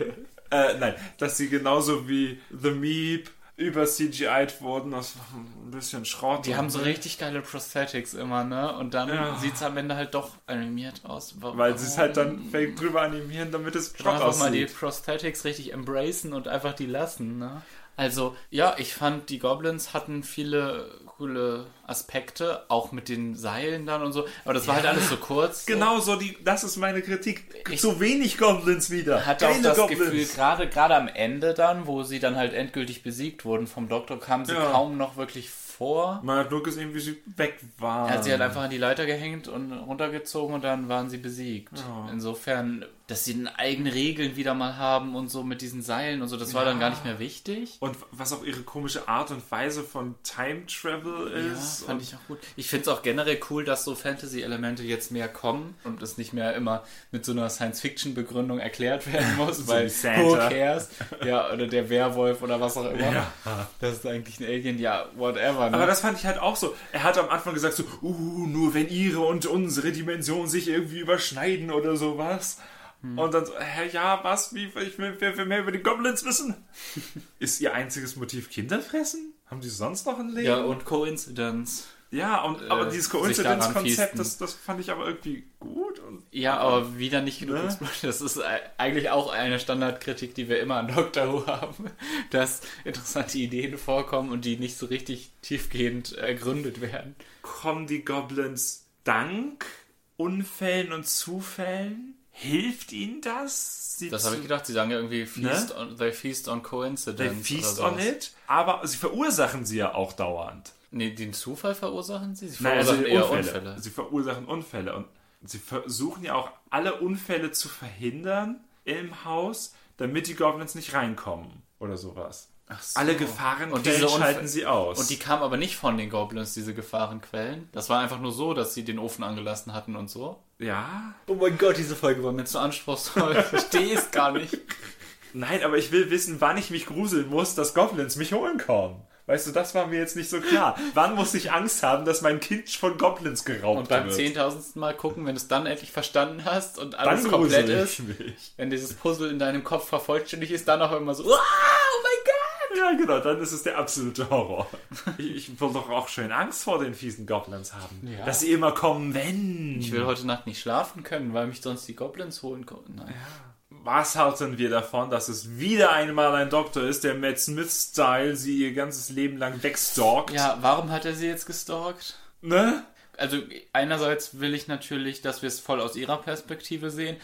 Speaker 1: *laughs* äh, nein, dass sie genauso wie The Meep über CGI'd wurden, das war ein bisschen Schrott.
Speaker 2: die haben so richtig geile Prosthetics immer, ne? Und dann
Speaker 1: Ja.
Speaker 2: sieht's am Ende halt doch animiert aus. Wa-
Speaker 1: Weil sie es halt dann fake drüber animieren, damit es
Speaker 2: Doch
Speaker 1: Schrott
Speaker 2: einfach mal die
Speaker 1: aussieht.
Speaker 2: Prosthetics richtig embracen und einfach die lassen, ne? Also, ja, ich fand, die Goblins hatten viele coole Aspekte, auch mit den Seilen dann und so. Aber das war halt alles so kurz.
Speaker 1: Genau so, die, das ist meine Kritik.
Speaker 2: Ich-
Speaker 1: zu wenig Goblins wieder.
Speaker 2: hatte auch das Gefühl, gerade gerade am Ende dann, wo sie dann halt endgültig besiegt wurden vom Doktor, kamen sie
Speaker 1: Ja.
Speaker 2: kaum noch wirklich vor.
Speaker 1: Man hat nur gesehen, wie sie weg waren.
Speaker 2: Er hat sie halt einfach an die Leiter gehängt und runtergezogen und dann waren sie besiegt. Insofern dass sie dann eigene Regeln wieder mal haben und so mit diesen Seilen und so, das war dann gar nicht mehr wichtig.
Speaker 1: Und was auch ihre komische Art und Weise von Time Travel ist.
Speaker 2: Fand ich auch gut. Ich finde es auch generell cool, dass so Fantasy-Elemente jetzt mehr kommen und es nicht mehr immer mit so einer Science-Fiction-Begründung erklärt werden muss, weil
Speaker 1: wie
Speaker 2: who
Speaker 1: Santa.
Speaker 2: cares? Ja, oder der Werwolf oder was auch immer.
Speaker 1: Ja.
Speaker 2: Das ist eigentlich ein Alien, ja, whatever. Ne?
Speaker 1: Aber das fand ich halt auch so. Er hat am Anfang gesagt so, uh, nur wenn ihre und unsere Dimension sich irgendwie überschneiden oder sowas.
Speaker 2: Hm.
Speaker 1: Und dann so, hä, ja, was, wie, ich will, wer will mehr über die Goblins wissen?
Speaker 2: *laughs*
Speaker 1: ist ihr einziges Motiv Kinder fressen? Haben die sonst noch ein Leben?
Speaker 2: ja, und Coincidence.
Speaker 1: Ja, und, aber
Speaker 2: äh,
Speaker 1: dieses
Speaker 2: sich daran
Speaker 1: Coincidence-Konzept,
Speaker 2: fiesten.
Speaker 1: das, das fand ich aber irgendwie gut. Und
Speaker 2: Ja, aber wieder nicht genug
Speaker 1: Ne?
Speaker 2: explodiert. Das ist e- eigentlich auch eine Standardkritik, die wir immer an Doctor Who haben, *laughs* dass interessante Ideen vorkommen und die nicht so richtig tiefgehend äh, ergründet werden.
Speaker 1: kommen die Goblins dank Unfällen und Zufällen? Hilft ihnen das? Sie
Speaker 2: Das habe ich gedacht. Sie sagen ja irgendwie Feast
Speaker 1: Ne?
Speaker 2: on, They Feast on
Speaker 1: They
Speaker 2: Coincidence.
Speaker 1: feast
Speaker 2: oder
Speaker 1: on
Speaker 2: sowas.
Speaker 1: it, aber sie verursachen sie ja auch dauernd.
Speaker 2: Nee, den Zufall verursachen sie? Sie
Speaker 1: Nein, also
Speaker 2: verursachen eher
Speaker 1: Unfälle.
Speaker 2: Unfälle.
Speaker 1: Sie verursachen Unfälle und sie versuchen ja auch alle Unfälle zu verhindern im Haus, damit die Goblins nicht reinkommen oder sowas.
Speaker 2: Ach so.
Speaker 1: Alle Gefahren
Speaker 2: Und diese Unfälle-
Speaker 1: schalten sie aus.
Speaker 2: Und die kamen aber nicht von den Goblins, diese Gefahrenquellen. Das war einfach nur so, dass sie den Ofen angelassen hatten und so.
Speaker 1: ja.
Speaker 2: Oh mein Gott, diese Folge war mir zu anspruchsvoll. Ich *laughs* verstehe es gar nicht.
Speaker 1: Nein, aber ich will wissen, wann ich mich gruseln muss, dass Goblins mich holen kommen. Weißt du, das war mir jetzt nicht so klar. Wann muss ich Angst haben, dass mein Kind von Goblins geraubt
Speaker 2: Und beim
Speaker 1: wird?
Speaker 2: zehntausendsten Mal gucken, wenn du es dann endlich verstanden hast und alles
Speaker 1: Dann
Speaker 2: komplett
Speaker 1: grusel
Speaker 2: ist,
Speaker 1: ich mich.
Speaker 2: wenn dieses Puzzle in deinem Kopf vervollständigt ist, dann auch immer so, "Uah, oh mein Gott!
Speaker 1: Ja, genau, dann ist es der absolute Horror. Ich, ich will doch auch schön Angst vor den fiesen Goblins haben.
Speaker 2: Ja.
Speaker 1: Dass sie immer kommen, wenn.
Speaker 2: Ich will heute Nacht nicht schlafen können, weil mich sonst die Goblins holen kommen. Nein.
Speaker 1: Was halten wir davon, dass es wieder einmal ein Doktor ist, der Matt Smith-Style sie ihr ganzes Leben lang wegstalkt?
Speaker 2: Ja, warum hat er sie jetzt gestalkt?
Speaker 1: Ne?
Speaker 2: Also einerseits will ich natürlich, dass wir es voll aus ihrer Perspektive sehen.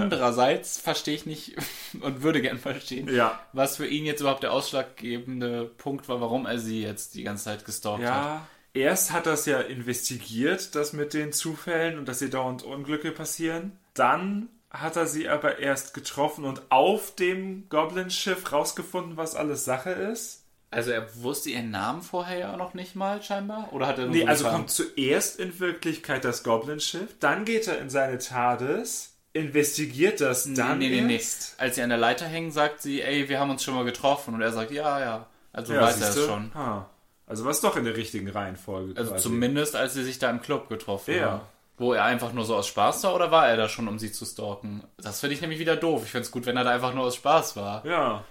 Speaker 2: Andererseits verstehe ich nicht *laughs* und würde gern verstehen,
Speaker 1: Ja.
Speaker 2: was für ihn jetzt überhaupt der ausschlaggebende Punkt war, warum er sie jetzt die ganze Zeit gestalkt hat.
Speaker 1: Ja. Erst hat das ja investigiert, das mit den Zufällen und dass ihr dauernd Unglücke passieren. Dann hat er sie aber erst getroffen und auf dem Goblin-Schiff rausgefunden, was alles Sache ist.
Speaker 2: Also er wusste ihren Namen vorher ja noch nicht mal scheinbar? Oder hat er nur
Speaker 1: Nee,
Speaker 2: so
Speaker 1: also
Speaker 2: getan?
Speaker 1: kommt zuerst in Wirklichkeit das Goblin-Schiff, dann geht er in seine TARDIS, investigiert das dann
Speaker 2: nee, nee, nee, nee.
Speaker 1: erst.
Speaker 2: Als sie an der Leiter hängen, sagt sie, ey, wir haben uns schon mal getroffen. Und er sagt, ja, ja. Also
Speaker 1: Ja,
Speaker 2: weiß er es
Speaker 1: siehste?
Speaker 2: schon.
Speaker 1: Ha. Also war es doch in der richtigen Reihenfolge.
Speaker 2: Also
Speaker 1: quasi.
Speaker 2: zumindest, als sie sich da im Club getroffen
Speaker 1: Ja.
Speaker 2: haben. Wo er einfach nur so aus Spaß war oder war er da schon, um sie zu stalken? Das finde ich nämlich wieder doof. Ich finde es gut, wenn er da einfach nur aus Spaß war.
Speaker 1: Ja.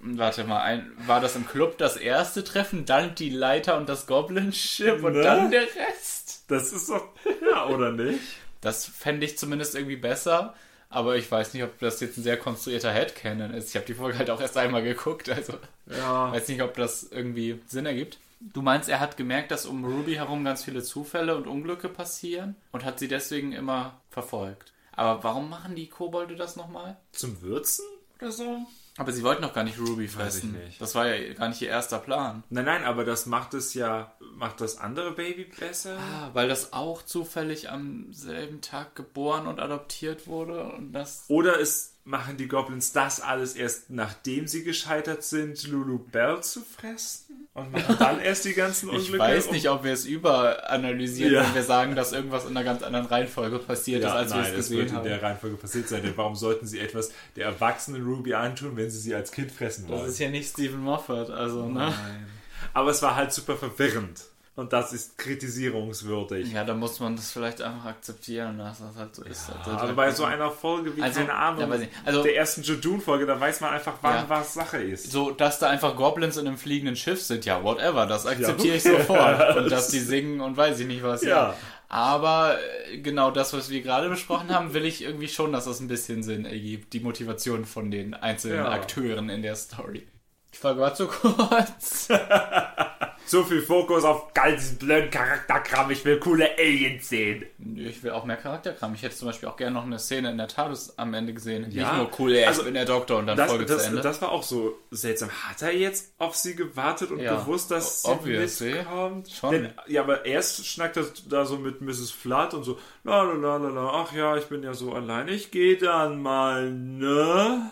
Speaker 2: Warte mal, ein, war das im Club das erste Treffen, dann die Leiter und das Goblin-Ship und
Speaker 1: Ne?
Speaker 2: dann der Rest?
Speaker 1: Das ist doch. *laughs* Ja, oder nicht?
Speaker 2: Das fände ich zumindest irgendwie besser, aber ich weiß nicht, ob das jetzt ein sehr konstruierter Headcanon ist. Ich habe die Folge halt auch erst einmal geguckt, also
Speaker 1: Ja.
Speaker 2: Weiß nicht, ob das irgendwie Sinn ergibt. Du meinst, er hat gemerkt, dass um Ruby herum ganz viele Zufälle und Unglücke passieren und hat sie deswegen immer verfolgt. Aber warum machen die Kobolde das nochmal?
Speaker 1: Zum Würzen oder so?
Speaker 2: Aber sie wollten doch gar nicht Ruby fressen.
Speaker 1: ich nicht.
Speaker 2: Das war ja gar nicht ihr erster Plan.
Speaker 1: Nein, nein, aber das macht es ja. Macht das andere Baby besser?
Speaker 2: Ah, weil das auch zufällig am selben Tag geboren und adoptiert wurde und das.
Speaker 1: Oder ist, machen die Goblins das alles erst, nachdem sie gescheitert sind, Lulu Bell zu fressen? Und machen
Speaker 2: *laughs*
Speaker 1: dann erst die ganzen Unglücke?
Speaker 2: Ich weiß
Speaker 1: um-
Speaker 2: nicht, ob wir es überanalysieren,
Speaker 1: Ja.
Speaker 2: wenn wir sagen, dass irgendwas in einer ganz anderen Reihenfolge passiert
Speaker 1: Oh. Ja,
Speaker 2: ist, als
Speaker 1: nein,
Speaker 2: wir es
Speaker 1: es wird
Speaker 2: gesehen
Speaker 1: in
Speaker 2: haben.
Speaker 1: der Reihenfolge passiert sein, denn warum sollten sie etwas der erwachsenen Ruby antun, wenn sie sie als Kind fressen
Speaker 2: Das
Speaker 1: wollen?
Speaker 2: ist ja nicht Stephen Moffat, also, ne?
Speaker 1: Aber es war halt super verwirrend. Und das ist kritisierungswürdig.
Speaker 2: Ja, da muss man das vielleicht einfach akzeptieren, dass das halt so ist. Also,
Speaker 1: Aber bei so einer Folge wie,
Speaker 2: Also,
Speaker 1: keine Ahnung,
Speaker 2: ja, weiß ich. Also-
Speaker 1: der ersten Jodun-Folge, da weiß man einfach, wann
Speaker 2: Ja.
Speaker 1: was Sache ist.
Speaker 2: so, dass da einfach Goblins in einem fliegenden Schiff sind, ja, whatever, das akzeptiere
Speaker 1: who *laughs*
Speaker 2: ich sofort. Und dass die singen und weiß ich nicht was.
Speaker 1: Ja.
Speaker 2: Aber äh, genau das, was wir gerade besprochen haben, will ich irgendwie schon, dass das ein bisschen Sinn ergibt, die Motivation von den einzelnen
Speaker 1: Ja.
Speaker 2: Akteuren in der Story. Die Folge war zu kurz. *laughs*
Speaker 1: Zu viel Fokus auf ganz blöden Charakterkram. Ich will coole Aliens sehen.
Speaker 2: Nö, ich will auch mehr Charakterkram. Ich hätte zum Beispiel auch gerne noch eine Szene in der TARDIS am Ende gesehen.
Speaker 1: Ja.
Speaker 2: Nicht nur cool, ja,
Speaker 1: Also,
Speaker 2: ich bin der Doktor und dann
Speaker 1: Das,
Speaker 2: Folge zu
Speaker 1: das,
Speaker 2: Ende.
Speaker 1: das war auch so seltsam. Hat er jetzt auf sie gewartet und
Speaker 2: Ja.
Speaker 1: gewusst, dass
Speaker 2: O- obviously.
Speaker 1: sie mitkommt?
Speaker 2: Schon.
Speaker 1: Denn, ja, aber erst schnackt er da so mit Mrs. Flat und so, la la la la la, ach ja, ich bin ja so allein, ich gehe dann mal, ne?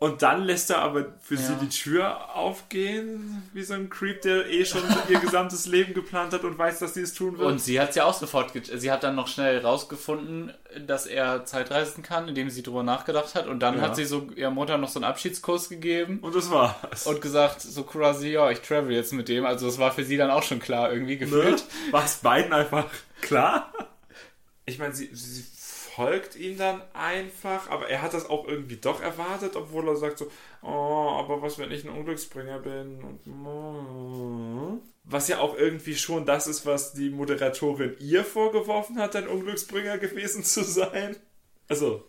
Speaker 1: Und dann lässt er aber für sie die Tür aufgehen, wie so ein Creep, der eh schon ihr gesamtes Leben geplant hat und weiß, dass sie es tun wird.
Speaker 2: Und sie hat es ja auch sofort, ge- sie hat dann noch schnell rausgefunden, dass er Zeitreisen kann, indem sie drüber nachgedacht hat. Und dann
Speaker 1: Ja.
Speaker 2: hat sie so ihrer Mutter noch so einen Abschiedskurs gegeben
Speaker 1: Und das war's.
Speaker 2: und gesagt, so quasi, ja, ich travel jetzt mit dem. Also das war für sie dann auch schon klar irgendwie
Speaker 1: Ne? *laughs*
Speaker 2: gefühlt.
Speaker 1: War es beiden einfach klar? Ich meine, sie, sie folgt ihm dann einfach, aber er hat das auch irgendwie doch erwartet, obwohl er sagt so, oh, aber was, wenn ich ein Unglücksbringer bin? Und, was ja auch irgendwie schon das ist, was die Moderatorin ihr vorgeworfen hat, ein Unglücksbringer gewesen zu sein. Also,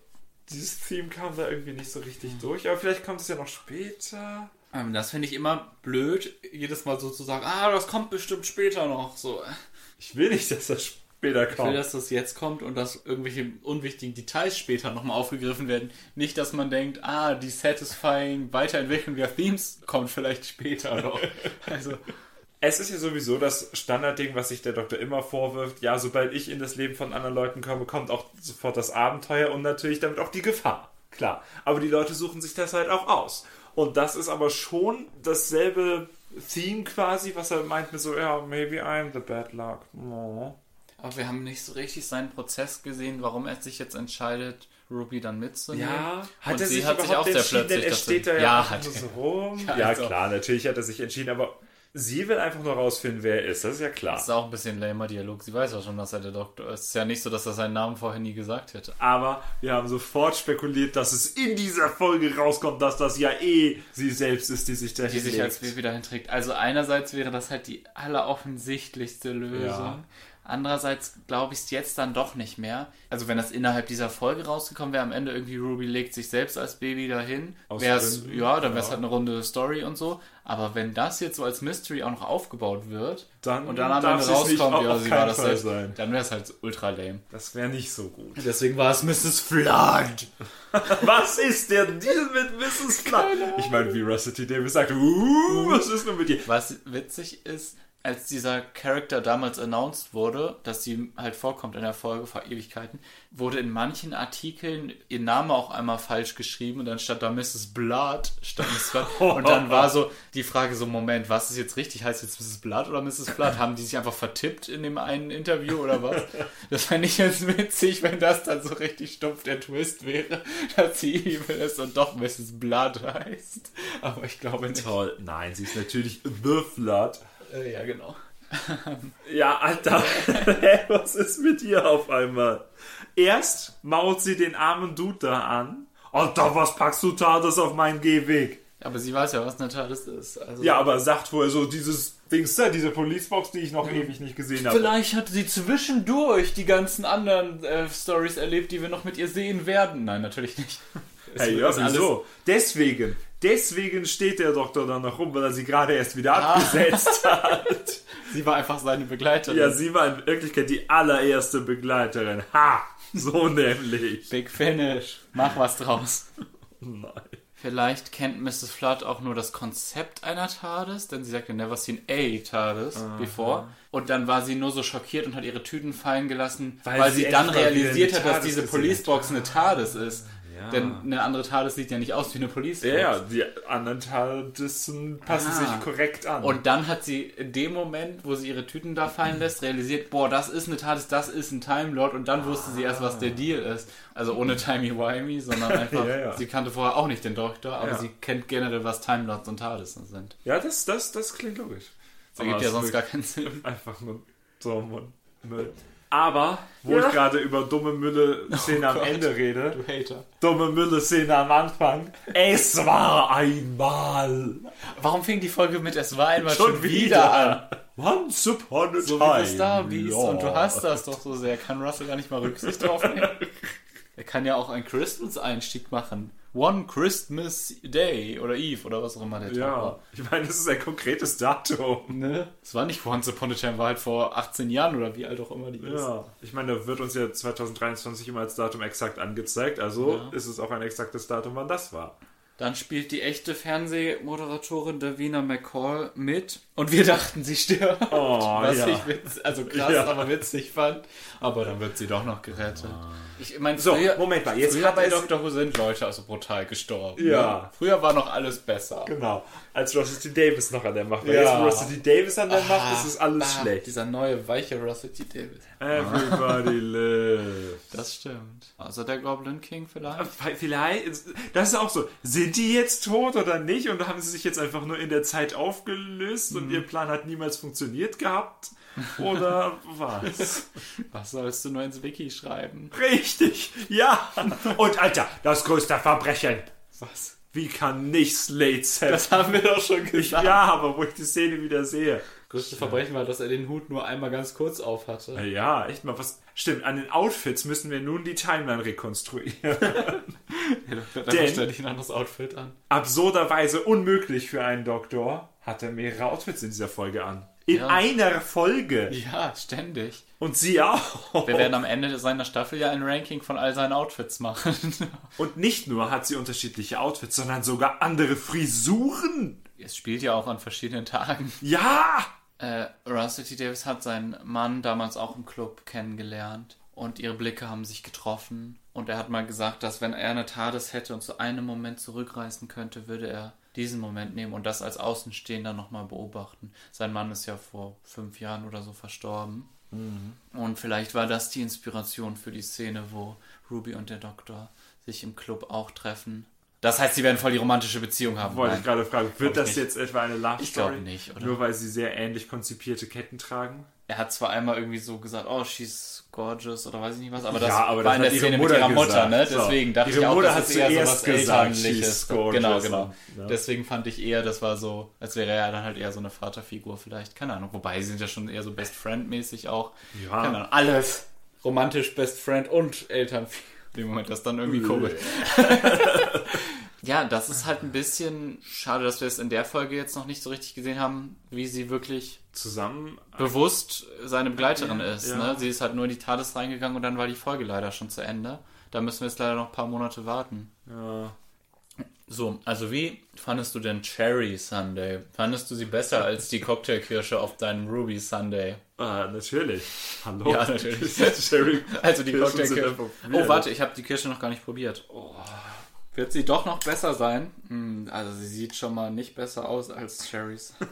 Speaker 1: dieses Theme kam da irgendwie nicht so richtig durch, aber vielleicht kommt es ja noch später.
Speaker 2: Ähm, das finde ich immer blöd, jedes Mal so zu sagen, ah, das kommt bestimmt später noch. So,
Speaker 1: Ich will nicht, dass das später
Speaker 2: ich will,
Speaker 1: kommt.
Speaker 2: dass das jetzt kommt und dass irgendwelche unwichtigen Details später nochmal aufgegriffen werden. Nicht, dass man denkt, ah, die satisfying Weiterentwicklung der Themes kommt vielleicht später *laughs* noch. Also,
Speaker 1: Es ist ja sowieso das Standardding, was sich der Doktor immer vorwirft. Ja, sobald ich in das Leben von anderen Leuten komme, kommt auch sofort das Abenteuer und natürlich damit auch die Gefahr. Klar. Aber die Leute suchen sich das halt auch aus. Und das ist aber schon dasselbe Theme quasi, was er meint mit so, ja, maybe I'm the bad luck. Oh.
Speaker 2: aber wir haben nicht so richtig seinen Prozess gesehen, warum er sich jetzt entscheidet, Ruby dann mitzunehmen.
Speaker 1: Ja,
Speaker 2: hat
Speaker 1: hat
Speaker 2: und
Speaker 1: er
Speaker 2: sie
Speaker 1: sich
Speaker 2: hat sich auch
Speaker 1: überhaupt
Speaker 2: sehr
Speaker 1: entschieden, denn
Speaker 2: plötzlich
Speaker 1: er
Speaker 2: dazu-
Speaker 1: steht da ja,
Speaker 2: Ja,
Speaker 1: auch
Speaker 2: hat
Speaker 1: nur
Speaker 2: er.
Speaker 1: so rum.
Speaker 2: *laughs* Ja,
Speaker 1: Ja,
Speaker 2: also.
Speaker 1: klar, natürlich hat er sich entschieden, aber sie will einfach nur rausfinden, wer er ist. Das ist ja klar.
Speaker 2: Das ist auch ein bisschen lamer Dialog. Sie weiß ja schon, dass er der Doktor ist. Es ist ja nicht so, dass er seinen Namen vorher nie gesagt hätte.
Speaker 1: Aber wir haben sofort spekuliert, dass es in dieser Folge rauskommt, dass das ja eh sie selbst ist, die sich dahin
Speaker 2: die sich
Speaker 1: legt.
Speaker 2: als Baby dahin trägt. Also einerseits wäre das halt die alleroffensichtlichste Lösung.
Speaker 1: Ja.
Speaker 2: Andererseits glaube ich es jetzt dann doch nicht mehr. Also wenn das innerhalb dieser Folge rausgekommen wäre, am Ende irgendwie Ruby legt sich selbst als Baby dahin,
Speaker 1: Aus
Speaker 2: wär's,
Speaker 1: Gründen,
Speaker 2: ja, dann
Speaker 1: ja.
Speaker 2: wäre es halt eine runde Story und so. Aber wenn das jetzt so als Mystery auch noch aufgebaut wird
Speaker 1: Dann
Speaker 2: und dann am
Speaker 1: darf
Speaker 2: Ende
Speaker 1: sie's nicht
Speaker 2: rauskommt,
Speaker 1: auf-
Speaker 2: ja,
Speaker 1: auf
Speaker 2: sie war
Speaker 1: keinen
Speaker 2: das
Speaker 1: Fall
Speaker 2: selbst,
Speaker 1: sein.
Speaker 2: dann wäre es halt ultra lame.
Speaker 1: das wäre nicht so gut. *laughs*
Speaker 2: Deswegen war es Mrs. Flood.
Speaker 1: Was ist der Deal mit Mrs. Clark? Ich meine, wie Rusty Davis sagt, uh, was ist denn mit dir?
Speaker 2: Was witzig ist, als dieser Charakter damals announced wurde, dass sie halt vorkommt in der Folge vor Ewigkeiten, wurde in manchen Artikeln ihr Name auch einmal falsch geschrieben und dann stand da Mrs. Blood, stand Mrs. Blood. Und dann war so die Frage so, Moment, was ist jetzt richtig? Heißt jetzt Mrs. Blood oder Mrs. Blood? Haben die sich einfach vertippt in dem einen Interview oder was? Das fände ich jetzt witzig, wenn das dann so richtig stumpf der Twist wäre, dass sie evil ist und doch Mrs. Blood heißt. Aber ich glaube nicht.
Speaker 1: Toll. Nein, sie ist natürlich The Flood.
Speaker 2: Äh, Ja, genau.
Speaker 1: Ja, Alter, *laughs* Hä, was ist mit dir auf einmal? Erst mault sie den armen Dude da an. Alter, was packst du Tades auf meinen Gehweg?
Speaker 2: Aber sie weiß ja, was eine TARDIS ist. Also
Speaker 1: Ja, aber sagt wohl so dieses Dings da, diese Policebox, die ich noch ewig nicht gesehen habe.
Speaker 2: Vielleicht hat sie zwischendurch die ganzen anderen äh, Stories erlebt, die wir noch mit ihr sehen werden. Nein, natürlich nicht.
Speaker 1: Hey,
Speaker 2: Es
Speaker 1: ja,
Speaker 2: ist alles-
Speaker 1: wieso? Deswegen, deswegen steht der Doktor dann noch rum, weil er sie gerade erst wieder
Speaker 2: Ah. *laughs*
Speaker 1: abgesetzt hat.
Speaker 2: Sie war einfach seine Begleiterin.
Speaker 1: Ja, sie war in Wirklichkeit die allererste Begleiterin. Ha! So *laughs* nämlich.
Speaker 2: Big Finish. Mach was draus.
Speaker 1: Nein.
Speaker 2: Vielleicht kennt Mrs. Flood auch nur das Konzept einer TARDIS, denn sie sagte never seen a TARDIS before. Und dann war sie nur so schockiert und hat ihre Tüten fallen gelassen, weil,
Speaker 1: Weil
Speaker 2: sie,
Speaker 1: sie
Speaker 2: dann
Speaker 1: endlich mal wieder
Speaker 2: realisiert
Speaker 1: eine
Speaker 2: hat, dass
Speaker 1: TARDIS
Speaker 2: diese
Speaker 1: gesehen
Speaker 2: Police Box eine TARDIS ist.
Speaker 1: Ja.
Speaker 2: Denn eine andere TARDIS sieht ja nicht aus wie eine Police Box.
Speaker 1: Ja, ja, die anderen Tadissen passen
Speaker 2: Ah.
Speaker 1: sich korrekt an.
Speaker 2: Und dann hat sie in dem Moment, wo sie ihre Tüten da fallen lässt, realisiert, boah, das ist eine TARDIS, das ist ein Time Lord und dann wusste sie erst, was der Deal ist. Also ohne Timey-Wimey, sondern einfach,
Speaker 1: Ah. *laughs* Ja, ja.
Speaker 2: sie kannte vorher auch nicht den Doktor, aber
Speaker 1: Ja.
Speaker 2: sie kennt generell, was Time Lords und TARDIS sind.
Speaker 1: ja, das, das, das klingt logisch.
Speaker 2: Da gibt
Speaker 1: Aber
Speaker 2: ja
Speaker 1: es
Speaker 2: sonst
Speaker 1: wirkt-
Speaker 2: gar
Speaker 1: *laughs*
Speaker 2: keinen Sinn.
Speaker 1: Einfach nur Daumen und Müll. Aber, wo ich gerade über dumme Mülle-Szene am
Speaker 2: Oh Gott.
Speaker 1: Ende rede,
Speaker 2: Hater.
Speaker 1: dumme Mülle-Szene am Anfang, es war einmal
Speaker 2: Warum fing die Folge mit Es war einmal schon, wieder, an?
Speaker 1: Once upon a
Speaker 2: So wie
Speaker 1: time.
Speaker 2: das Star Beast
Speaker 1: Ja.
Speaker 2: und du hast das
Speaker 1: *laughs*
Speaker 2: doch so sehr. Kann Russell gar nicht mal Rücksicht drauf nehmen? Er kann ja auch einen Christmas-Einstieg machen. One Christmas Day oder Eve oder was auch immer der Tag
Speaker 1: Ja,
Speaker 2: war.
Speaker 1: ich meine, das ist ein konkretes Datum.
Speaker 2: Ne? Es war nicht Once Upon a Time, war halt vor 18 Jahren oder wie alt auch immer die ist.
Speaker 1: Ja, ich meine, da wird uns ja 2023 immer als Datum exakt angezeigt, also
Speaker 2: Ja.
Speaker 1: ist es auch ein exaktes Datum, wann das war.
Speaker 2: Dann spielt die echte Fernsehmoderatorin Davina McCall mit und wir dachten, sie stirbt.
Speaker 1: Oh,
Speaker 2: was
Speaker 1: ja.
Speaker 2: ich witz, also krass,
Speaker 1: Ja.
Speaker 2: aber witzig fand. Aber dann wird sie doch noch gerettet. Ich meine,
Speaker 1: Ah. So,
Speaker 2: früher,
Speaker 1: Moment mal, jetzt
Speaker 2: früher
Speaker 1: hat
Speaker 2: bei
Speaker 1: es-
Speaker 2: Dr. Who sind Leute also brutal gestorben.
Speaker 1: Ja.
Speaker 2: ne? Früher war noch alles besser.
Speaker 1: Genau, als Rossity Davis noch an der Macht war.
Speaker 2: Ja.
Speaker 1: Jetzt, wo Rossity Davis an der Macht
Speaker 2: Ah,
Speaker 1: ist, ist alles
Speaker 2: ah,
Speaker 1: schlecht.
Speaker 2: Dieser neue weiche Rossity Davis.
Speaker 1: Everybody live.
Speaker 2: Das stimmt. Also der Goblin King
Speaker 1: *laughs*
Speaker 2: vielleicht.
Speaker 1: Vielleicht, das ist auch so, sind die jetzt tot oder nicht? Und haben sie sich jetzt einfach nur in der Zeit aufgelöst
Speaker 2: Mhm.
Speaker 1: und ihr Plan hat niemals funktioniert gehabt?
Speaker 2: *laughs*
Speaker 1: Oder was?
Speaker 2: Was sollst du nur ins Wiki schreiben?
Speaker 1: Richtig, ja. Und Alter, das größte Verbrechen. Was? Wie kann nicht Slade sein?
Speaker 2: Das haben wir doch schon gesagt.
Speaker 1: Ja, aber wo ich die Szene wieder sehe.
Speaker 2: Größte Verbrechen war, dass er den Hut nur einmal ganz kurz auf hatte.
Speaker 1: Ja, echt mal was. Stimmt, an den Outfits müssen wir nun die Timeline rekonstruieren.
Speaker 2: Dann stell ich ein anderes Outfit an.
Speaker 1: Absurderweise unmöglich für einen Doktor hat er mehrere Outfits in dieser Folge an. In
Speaker 2: Ja.
Speaker 1: einer Folge.
Speaker 2: Ja, ständig.
Speaker 1: Und sie auch.
Speaker 2: Wir werden am Ende seiner Staffel ja ein Ranking von all seinen Outfits machen.
Speaker 1: Und nicht nur hat sie unterschiedliche Outfits, sondern sogar andere Frisuren.
Speaker 2: *laughs* Es spielt ja auch an verschiedenen Tagen.
Speaker 1: Ja!
Speaker 2: Äh, Russell T. Davis hat seinen Mann damals auch im Club kennengelernt und ihre Blicke haben sich getroffen. Und er hat mal gesagt, dass wenn er eine TARDIS hätte und zu einem Moment zurückreisen könnte, würde er diesen Moment nehmen und das als Außenstehender nochmal beobachten. Sein Mann ist ja vor fünf Jahren oder so verstorben.
Speaker 1: Mhm.
Speaker 2: Und vielleicht war das die Inspiration für die Szene, wo Ruby und der Doktor sich im Club auch treffen. Das heißt, sie werden voll die romantische Beziehung haben.
Speaker 1: Wollte
Speaker 2: Nein.
Speaker 1: ich gerade fragen,
Speaker 2: ich
Speaker 1: wird das
Speaker 2: nicht.
Speaker 1: jetzt etwa eine Love
Speaker 2: Ich
Speaker 1: Story?
Speaker 2: glaube nicht, oder?
Speaker 1: Nur weil sie sehr ähnlich konzipierte Ketten tragen?
Speaker 2: er hat zwar einmal irgendwie so gesagt, oh, she's gorgeous oder weiß ich nicht was, aber das
Speaker 1: Ja, aber
Speaker 2: war
Speaker 1: das
Speaker 2: in
Speaker 1: hat
Speaker 2: der
Speaker 1: ihre
Speaker 2: Szene
Speaker 1: Mutter
Speaker 2: mit ihrer Mutter,
Speaker 1: gesagt.
Speaker 2: ne?
Speaker 1: So.
Speaker 2: Deswegen dachte
Speaker 1: Ihre
Speaker 2: ich auch,
Speaker 1: Mutter hat
Speaker 2: das ist eher so
Speaker 1: zuerst
Speaker 2: was
Speaker 1: gesagt,
Speaker 2: Elternliches.
Speaker 1: she's gorgeous
Speaker 2: Genau, genau.
Speaker 1: und, ja.
Speaker 2: Deswegen fand ich eher, das war so, als wäre er dann halt eher so eine Vaterfigur vielleicht, keine Ahnung. Wobei, sie sind ja schon eher so Best Friend-mäßig auch.
Speaker 1: Ja.
Speaker 2: Keine Ahnung, alles. Romantisch, Best Friend und *laughs* Elternfigur. Im Moment, das ist dann
Speaker 1: *laughs*
Speaker 2: irgendwie komisch. Ja, das ist halt ein bisschen schade, dass wir es in der Folge jetzt noch nicht so richtig gesehen haben, wie sie wirklich
Speaker 1: Zusammen
Speaker 2: bewusst seine Begleiterin ist.
Speaker 1: ja.
Speaker 2: Ne? Sie ist halt nur in die TARDIS reingegangen und dann war die Folge leider schon zu Ende. Da müssen wir jetzt leider noch ein paar Monate warten.
Speaker 1: Ja.
Speaker 2: So, also wie fandest du denn Cherry Sunday? Fandest du sie besser als die Cocktailkirsche auf deinem Ruby Sunday?
Speaker 1: Ah, natürlich. Hallo. *laughs*
Speaker 2: Ja, natürlich.
Speaker 1: Sherry.
Speaker 2: Also die
Speaker 1: Kirschen sind
Speaker 2: Cocktailkirsche.
Speaker 1: einfach
Speaker 2: Oh,
Speaker 1: weird.
Speaker 2: warte, ich habe die Kirsche noch gar nicht probiert. Oh, Wird sie doch noch besser sein? Hm, also sie sieht schon mal nicht besser aus als Cherries. *laughs*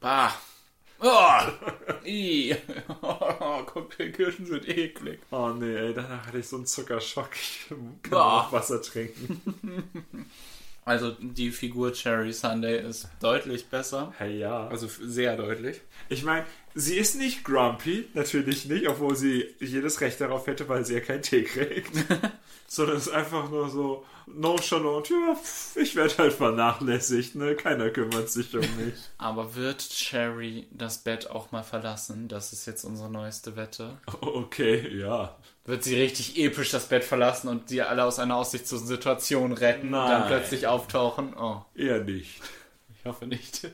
Speaker 2: bah. Oh, Ih. *laughs* oh, Cocktailkirschen sind eklig.
Speaker 1: Oh nee, ey, danach hatte ich so einen Zuckerschock. Ich kann nur
Speaker 2: Ah.
Speaker 1: noch Wasser trinken.
Speaker 2: Also die Figur Cherry Sunday ist deutlich besser.
Speaker 1: Hey, ja.
Speaker 2: Also sehr deutlich.
Speaker 1: Ich meine, sie ist nicht grumpy, natürlich nicht, obwohl sie jedes Recht darauf hätte, weil sie ja keinen Tee
Speaker 2: *laughs*
Speaker 1: kriegt. Sondern ist einfach nur so nonchalant, ja, pff, ich werde halt vernachlässigt, ne? Keiner kümmert sich um mich.
Speaker 2: *laughs* Aber wird Cherry das Bett auch mal verlassen? Das ist jetzt unsere neueste Wette.
Speaker 1: Okay, ja.
Speaker 2: wird sie richtig episch das Bett verlassen und sie alle aus einer aussichtslosen Situation retten und dann
Speaker 1: Nein.
Speaker 2: plötzlich auftauchen. Oh,
Speaker 1: Eher nicht.
Speaker 2: ich hoffe nicht.